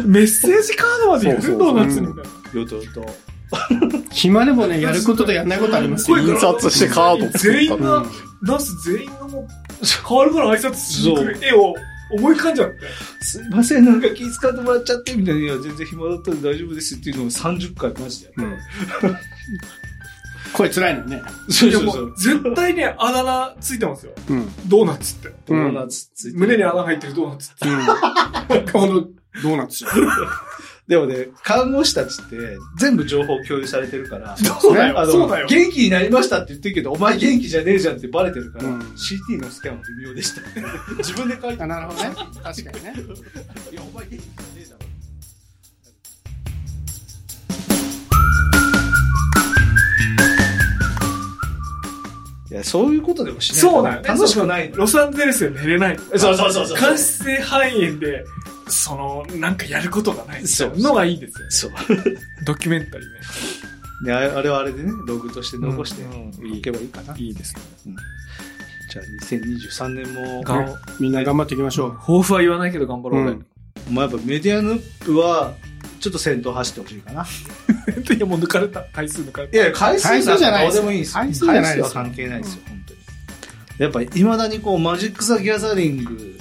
Speaker 1: な。メッセージカードまでや
Speaker 4: そ
Speaker 1: る
Speaker 4: うそうそ
Speaker 1: ド
Speaker 4: う
Speaker 1: ーナツみたいな。
Speaker 3: よとよと。
Speaker 2: 暇でもね、やることとやんないことありますよ。
Speaker 1: 声
Speaker 4: 印刷してカード作
Speaker 1: 全員
Speaker 4: っ
Speaker 1: が
Speaker 4: た。
Speaker 2: うん
Speaker 1: ナース全員がもう、変わるから挨拶しにくい絵を思い浮かんじゃって。
Speaker 3: すいません、なんか気遣ってもらっちゃって、みたいな。いや、全然暇だったんで大丈夫ですっていうのを30回マジでやっ
Speaker 2: うん声辛いのよね。
Speaker 3: た。そう
Speaker 1: いやもう、絶対ね、あだ名ついてますよ。
Speaker 2: うん。
Speaker 1: ドーナツって。
Speaker 3: ドーナツついてる
Speaker 1: 胸に穴入ってるドーナツって。
Speaker 2: この、ドーナツじゃん。
Speaker 3: でもね、看護師たちって全部情報共有されてるから、
Speaker 1: そうだよ
Speaker 3: あの
Speaker 1: そうだよ
Speaker 3: 元気になりましたって言ってるけど、お前元気じゃねえじゃんってバレてるから、
Speaker 2: うん
Speaker 3: CT のスキャンは微妙でした。 <laughs> 自分で書いて
Speaker 2: あ、なるほどね。確かにね。
Speaker 3: いや、お前元気じゃねえじゃん。いや、そういうことでもしないと
Speaker 1: そうだよね
Speaker 3: 楽しくないの。
Speaker 1: ロサンゼルスで寝れない。
Speaker 3: そうそうそうそう。
Speaker 1: 間質性肺炎で、その、なんかやることがない。
Speaker 3: そう
Speaker 1: のがいいですよね。
Speaker 3: そう。
Speaker 1: ドキュメンタリーね。
Speaker 3: ね、あれあれはあれでね、ログとして残して
Speaker 1: うん
Speaker 3: いけばいいかな。
Speaker 1: いいですね。
Speaker 3: じゃあ、2023年も、
Speaker 1: 頑張
Speaker 2: みんな頑張っていきましょう。
Speaker 1: 抱負は言わないけど頑張ろう
Speaker 2: うん
Speaker 3: まあ、やっぱメディアヌップは、ちょっと先頭走ってほしいかな。
Speaker 1: 俺。いや、もう抜かれた。回数抜かれ
Speaker 3: いや、回数
Speaker 2: 数なんか
Speaker 3: じゃない
Speaker 2: どうでも
Speaker 3: いい
Speaker 2: ですよ
Speaker 3: 回数じゃない
Speaker 2: 回数
Speaker 3: で
Speaker 2: は
Speaker 3: す。
Speaker 2: 関
Speaker 3: 関係ないいで
Speaker 2: で
Speaker 3: すす
Speaker 2: よ
Speaker 3: よ、本当に。やっぱ、いまだにこう、マジック・ザ・ギャザリング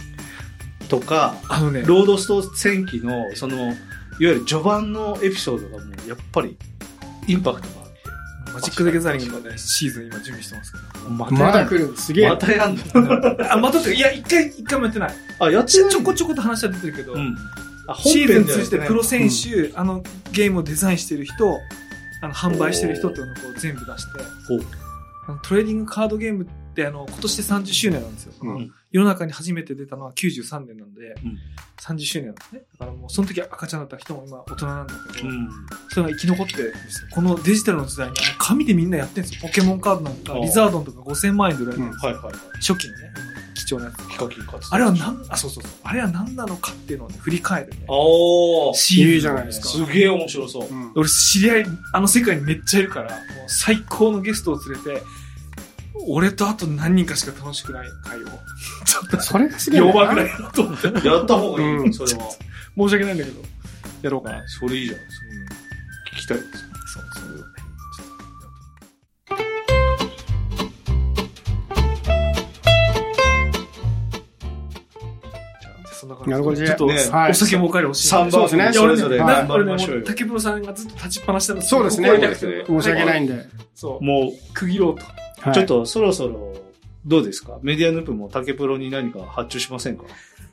Speaker 3: とか、
Speaker 1: あのね、
Speaker 3: ロードスト戦記の、その、いわゆる序盤のエピソードがもう、やっぱり、インパクトがあって
Speaker 1: マジック・ザ・ギャザリングのね、シーズン今準備してますけど。
Speaker 3: ま
Speaker 2: ま
Speaker 3: や
Speaker 2: だ
Speaker 3: ん
Speaker 2: 来る。すげえ。
Speaker 3: またやんの
Speaker 1: あ、またって、いや、一回、一回もやってない。
Speaker 3: あ、やっ
Speaker 1: ち
Speaker 3: ちゃ
Speaker 1: ょ
Speaker 3: う
Speaker 1: ちょこちょこと話は出てるけど、
Speaker 3: うん。あ
Speaker 1: シーズン通じてプロ選
Speaker 3: うん
Speaker 1: 手、あのゲームをデザインしてる人、あの販売してる人っていうのをこう全部出して
Speaker 3: お、
Speaker 1: あのトレーディングカードゲームってあの今年で30周年なんですよ、
Speaker 2: うん
Speaker 1: 世の中に初めて出たのは93年なんで、
Speaker 3: うん
Speaker 1: 30周年なんですね。だからもうその時赤ちゃんだった人も今大人なんだけど、
Speaker 3: うん。
Speaker 1: それが生き残ってるんですよ。このデジタルの時代にあの紙でみんなやってるんですよ。ポケモンカードなんか、
Speaker 3: あー
Speaker 1: リザードンとか5000万円で売られてる、
Speaker 2: うん
Speaker 3: はいはいはい。
Speaker 1: 初期のね、貴重なやつ。
Speaker 3: ヒカキンかつ
Speaker 1: あれはなん、あ、そうそうそう。あれは何なのかっていうのをね、振り返るね。
Speaker 3: おー。
Speaker 1: シーズン
Speaker 2: いいじゃないですか
Speaker 3: すげえ面白そう。
Speaker 2: うん
Speaker 1: 俺知り合いあの世界にめっちゃいるからもう最高のゲストを連れて俺とあと何人かしか楽しくない会をちょっと
Speaker 2: それがすげえな。
Speaker 1: 4話ぐらいやろうと思って
Speaker 3: やった方がいい、
Speaker 2: うん
Speaker 3: それは。
Speaker 1: 申し訳ないんだけどやろうかな
Speaker 3: それいいじゃん。聞きたいです。
Speaker 1: そうそういうのねちょっとじゃあそんな感じ
Speaker 2: なるほど
Speaker 1: ちょっと、
Speaker 3: ね
Speaker 2: はい
Speaker 1: お酒もお帰り欲しい
Speaker 3: 3番
Speaker 2: そうですね
Speaker 3: それぞ
Speaker 1: い
Speaker 3: れ
Speaker 1: や
Speaker 2: は
Speaker 1: 俺ねな
Speaker 3: 頑
Speaker 2: い
Speaker 3: 張
Speaker 1: 俺
Speaker 3: りま
Speaker 1: ね
Speaker 3: しょ
Speaker 1: も
Speaker 3: う
Speaker 1: う
Speaker 3: よ。
Speaker 1: 竹プロさんがずっと立ちっぱなしなの
Speaker 2: そうですね
Speaker 1: 怒りたくて
Speaker 2: 申し訳ないんで。
Speaker 1: そう
Speaker 3: も
Speaker 1: 区切ろうと
Speaker 2: は
Speaker 3: う、
Speaker 2: い
Speaker 3: ちょっとそろそろ、どうですかメディアヌープも竹プロに何か発注しませんか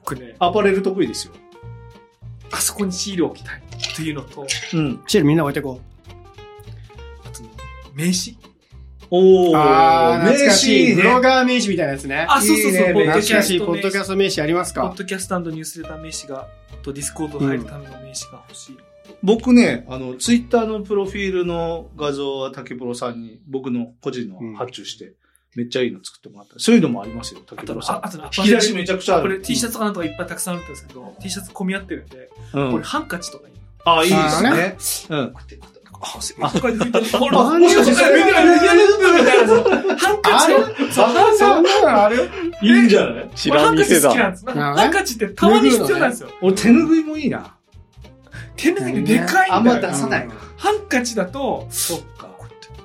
Speaker 1: 僕ね
Speaker 3: アパレル得意ですよ。
Speaker 1: あそこにシールを置きたいというのと、
Speaker 3: うん。
Speaker 2: シールみんな置いてこう。
Speaker 1: あとね、名刺
Speaker 3: おー、
Speaker 2: あー、懐かし
Speaker 3: 名
Speaker 2: い。ブ
Speaker 3: 刺
Speaker 2: ロ
Speaker 3: ね。
Speaker 2: ガー名刺みたいなやつね。
Speaker 1: あ、そうそう
Speaker 3: いい
Speaker 1: そう、
Speaker 3: ね
Speaker 1: ポッド
Speaker 2: 懐
Speaker 1: キャ
Speaker 2: かし
Speaker 1: ス
Speaker 2: い、
Speaker 1: ト
Speaker 2: ポ
Speaker 1: 名
Speaker 2: ッドキャ
Speaker 1: 刺。
Speaker 2: スト名刺あります
Speaker 1: ポ
Speaker 2: か
Speaker 1: ッドキャストニュースレター名刺が、とディスコード入るための名刺が欲しい。
Speaker 3: 僕ね、あの、ツイッターのプロフィールの画像は竹プロさんに僕の個人の発注して、めっちゃいいの作ってもらった。そういうのもありますよ、
Speaker 1: あ
Speaker 3: 竹プ
Speaker 1: と
Speaker 3: ロ
Speaker 1: ね、
Speaker 3: さ
Speaker 1: あ
Speaker 3: ん。
Speaker 1: あとね、
Speaker 3: 引き出しめちゃくちゃあ
Speaker 1: こ
Speaker 3: る。
Speaker 1: れ T シャツかなんとかいっぱいたくさんあるんですけど、T シャツ混み合ってるんで、
Speaker 3: うん
Speaker 1: これハンカチとかいいの
Speaker 3: ああ、いいですね。う
Speaker 1: こ
Speaker 3: ん。
Speaker 1: うやって、こうやってあ、すいませんこうやって拭いてる。ほら、もしかして、
Speaker 2: あれ
Speaker 1: 見てない見てない見てないハンカ
Speaker 2: あ
Speaker 1: チ
Speaker 2: れ
Speaker 1: の、そうハンカチ
Speaker 2: そんなのある
Speaker 3: いいんじゃない
Speaker 4: 知
Speaker 1: 俺
Speaker 4: ら
Speaker 1: ハ
Speaker 4: ん
Speaker 1: ンカ
Speaker 4: 店
Speaker 1: チ好きな
Speaker 4: だ。
Speaker 1: んです。なんかハンカチってたまに必要なんですよ。
Speaker 3: 俺、手拭いもいいな。
Speaker 1: 手の上にでかい
Speaker 3: あ
Speaker 1: ん
Speaker 3: ん
Speaker 1: だ
Speaker 3: ま
Speaker 1: よ。
Speaker 3: 出さないな。
Speaker 1: ハンカチだと、
Speaker 3: そっか。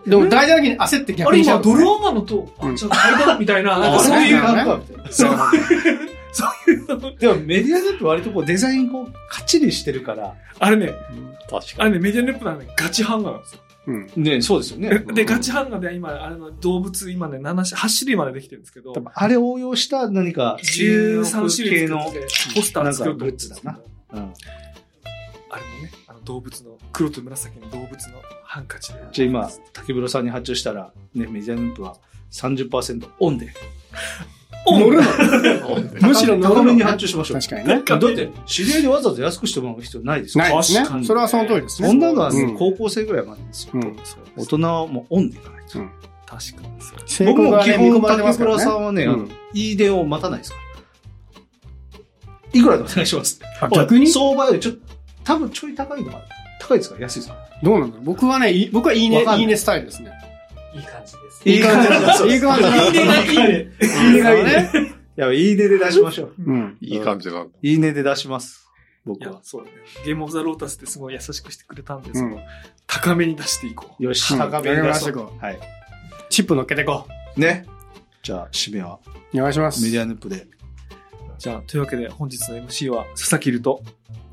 Speaker 2: でも大事な時に焦って
Speaker 1: あ
Speaker 2: 逆
Speaker 1: れ
Speaker 2: にしちゃ
Speaker 1: 今、
Speaker 2: う。
Speaker 1: ドルオーマンのと、あ、
Speaker 2: うん
Speaker 1: ちょっと階段みたいな、なんか
Speaker 3: あ、
Speaker 1: そ
Speaker 3: そうう
Speaker 1: い
Speaker 3: いう
Speaker 1: う、
Speaker 3: 感覚みたいな。
Speaker 1: そういう、そういうの。
Speaker 3: でもメディアだと割とこうデザインこう、かっちりしてるから。
Speaker 1: あれね、
Speaker 4: 確
Speaker 1: あ
Speaker 4: か
Speaker 1: れ
Speaker 4: に。
Speaker 1: ね、メディアネップなのね、ガチハンガーなんですよ。
Speaker 2: うん。
Speaker 3: ね、そうですよね。
Speaker 1: で、ガチハンガーで今、あれの動物、今ね、7種、8種類までできてるんですけど
Speaker 3: 多、分あれ応用した何か中
Speaker 1: 13種類
Speaker 3: 系
Speaker 1: 作っ
Speaker 3: の、
Speaker 1: て、ポスター作ると思うんですけど
Speaker 3: なんかうん
Speaker 1: あれもね、あの動物の、黒と紫の動物のハンカチで。
Speaker 3: じゃあ今、竹風呂さんに発注したら、ね、メディアヌープは30%オンで。
Speaker 1: おん、
Speaker 2: 乗るむ
Speaker 3: む
Speaker 2: し
Speaker 3: し
Speaker 2: ろ
Speaker 3: ろ
Speaker 2: 乗る
Speaker 3: 高
Speaker 2: の
Speaker 3: めに発注しましょう。
Speaker 2: 確かにね。
Speaker 3: だって、知り合いでわざわざ安くしてもらう必要ないですから
Speaker 2: ないです
Speaker 3: 確か
Speaker 2: ね。
Speaker 3: に
Speaker 2: それはその通りですね。
Speaker 3: そんなのはね、
Speaker 2: うん
Speaker 3: 高校生ぐらいまでですよ。
Speaker 2: うん。
Speaker 1: そうで
Speaker 3: 大
Speaker 1: す。
Speaker 3: 人はもうオンでいかないと。
Speaker 2: うん
Speaker 1: 確かにそう。
Speaker 2: 成
Speaker 3: 僕
Speaker 2: 功
Speaker 3: も
Speaker 2: が
Speaker 3: 基
Speaker 2: ね、見込
Speaker 3: 本、
Speaker 2: まれてま
Speaker 3: 竹
Speaker 2: すか
Speaker 3: 倉
Speaker 2: ら
Speaker 3: さ
Speaker 2: ね。
Speaker 3: んはね、あ
Speaker 2: う
Speaker 3: のい
Speaker 2: ん
Speaker 3: い電話を待たないですから。いくらでお願いします。
Speaker 2: あ逆に
Speaker 3: 相場よりちょっと、多分ちょい高いのかな高いですか安いですか
Speaker 2: どうなんだろう僕はね、い僕はいい
Speaker 3: わ
Speaker 2: ね
Speaker 3: かん、ない
Speaker 2: いいねスタイルですね。
Speaker 1: いい感じです。
Speaker 2: いい感じです。いい感じです。
Speaker 1: いいねがいいね。
Speaker 3: いいねがいいね。やばい、いいねで出しましょう。
Speaker 2: うん。
Speaker 4: いい感じなんだ。
Speaker 3: いいねで出します。
Speaker 1: い
Speaker 3: 僕
Speaker 1: や
Speaker 3: は、。
Speaker 1: そうね。ゲームオブザロータスってすごい優しくしてくれたんで、
Speaker 2: う
Speaker 1: その
Speaker 2: ん、
Speaker 1: 高めに出していこう。
Speaker 3: よし、
Speaker 2: うん
Speaker 3: 高めに出
Speaker 2: 高めに出し
Speaker 3: してて
Speaker 2: い
Speaker 3: い
Speaker 2: こ
Speaker 3: こう。はい。
Speaker 2: チップ乗っけていこ
Speaker 3: ね。じゃあ、締めは、
Speaker 2: う。お願いします。
Speaker 3: メディアヌップで。
Speaker 1: じゃあ、というわけで本日の MC は佐々木ると、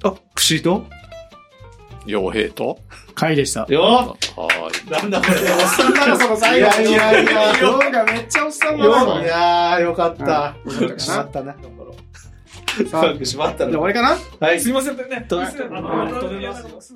Speaker 3: あ、くしと
Speaker 4: 傭兵と
Speaker 2: 会でした。
Speaker 3: よ
Speaker 4: はーい。
Speaker 3: なんだこれ。
Speaker 2: おっさんだ <laughs> な、その最後。
Speaker 3: いやいやいや
Speaker 2: <laughs> 動画めっちゃおっさんだ
Speaker 3: よいや
Speaker 2: な。
Speaker 3: ー、よかった。
Speaker 2: うんよかったかな
Speaker 3: しまったな。
Speaker 2: さあ、じゃ
Speaker 3: しまった
Speaker 2: あ終わりかな
Speaker 3: はい
Speaker 1: す。いませんね。
Speaker 3: と
Speaker 1: すいませんあの
Speaker 3: はい
Speaker 1: とんでもないです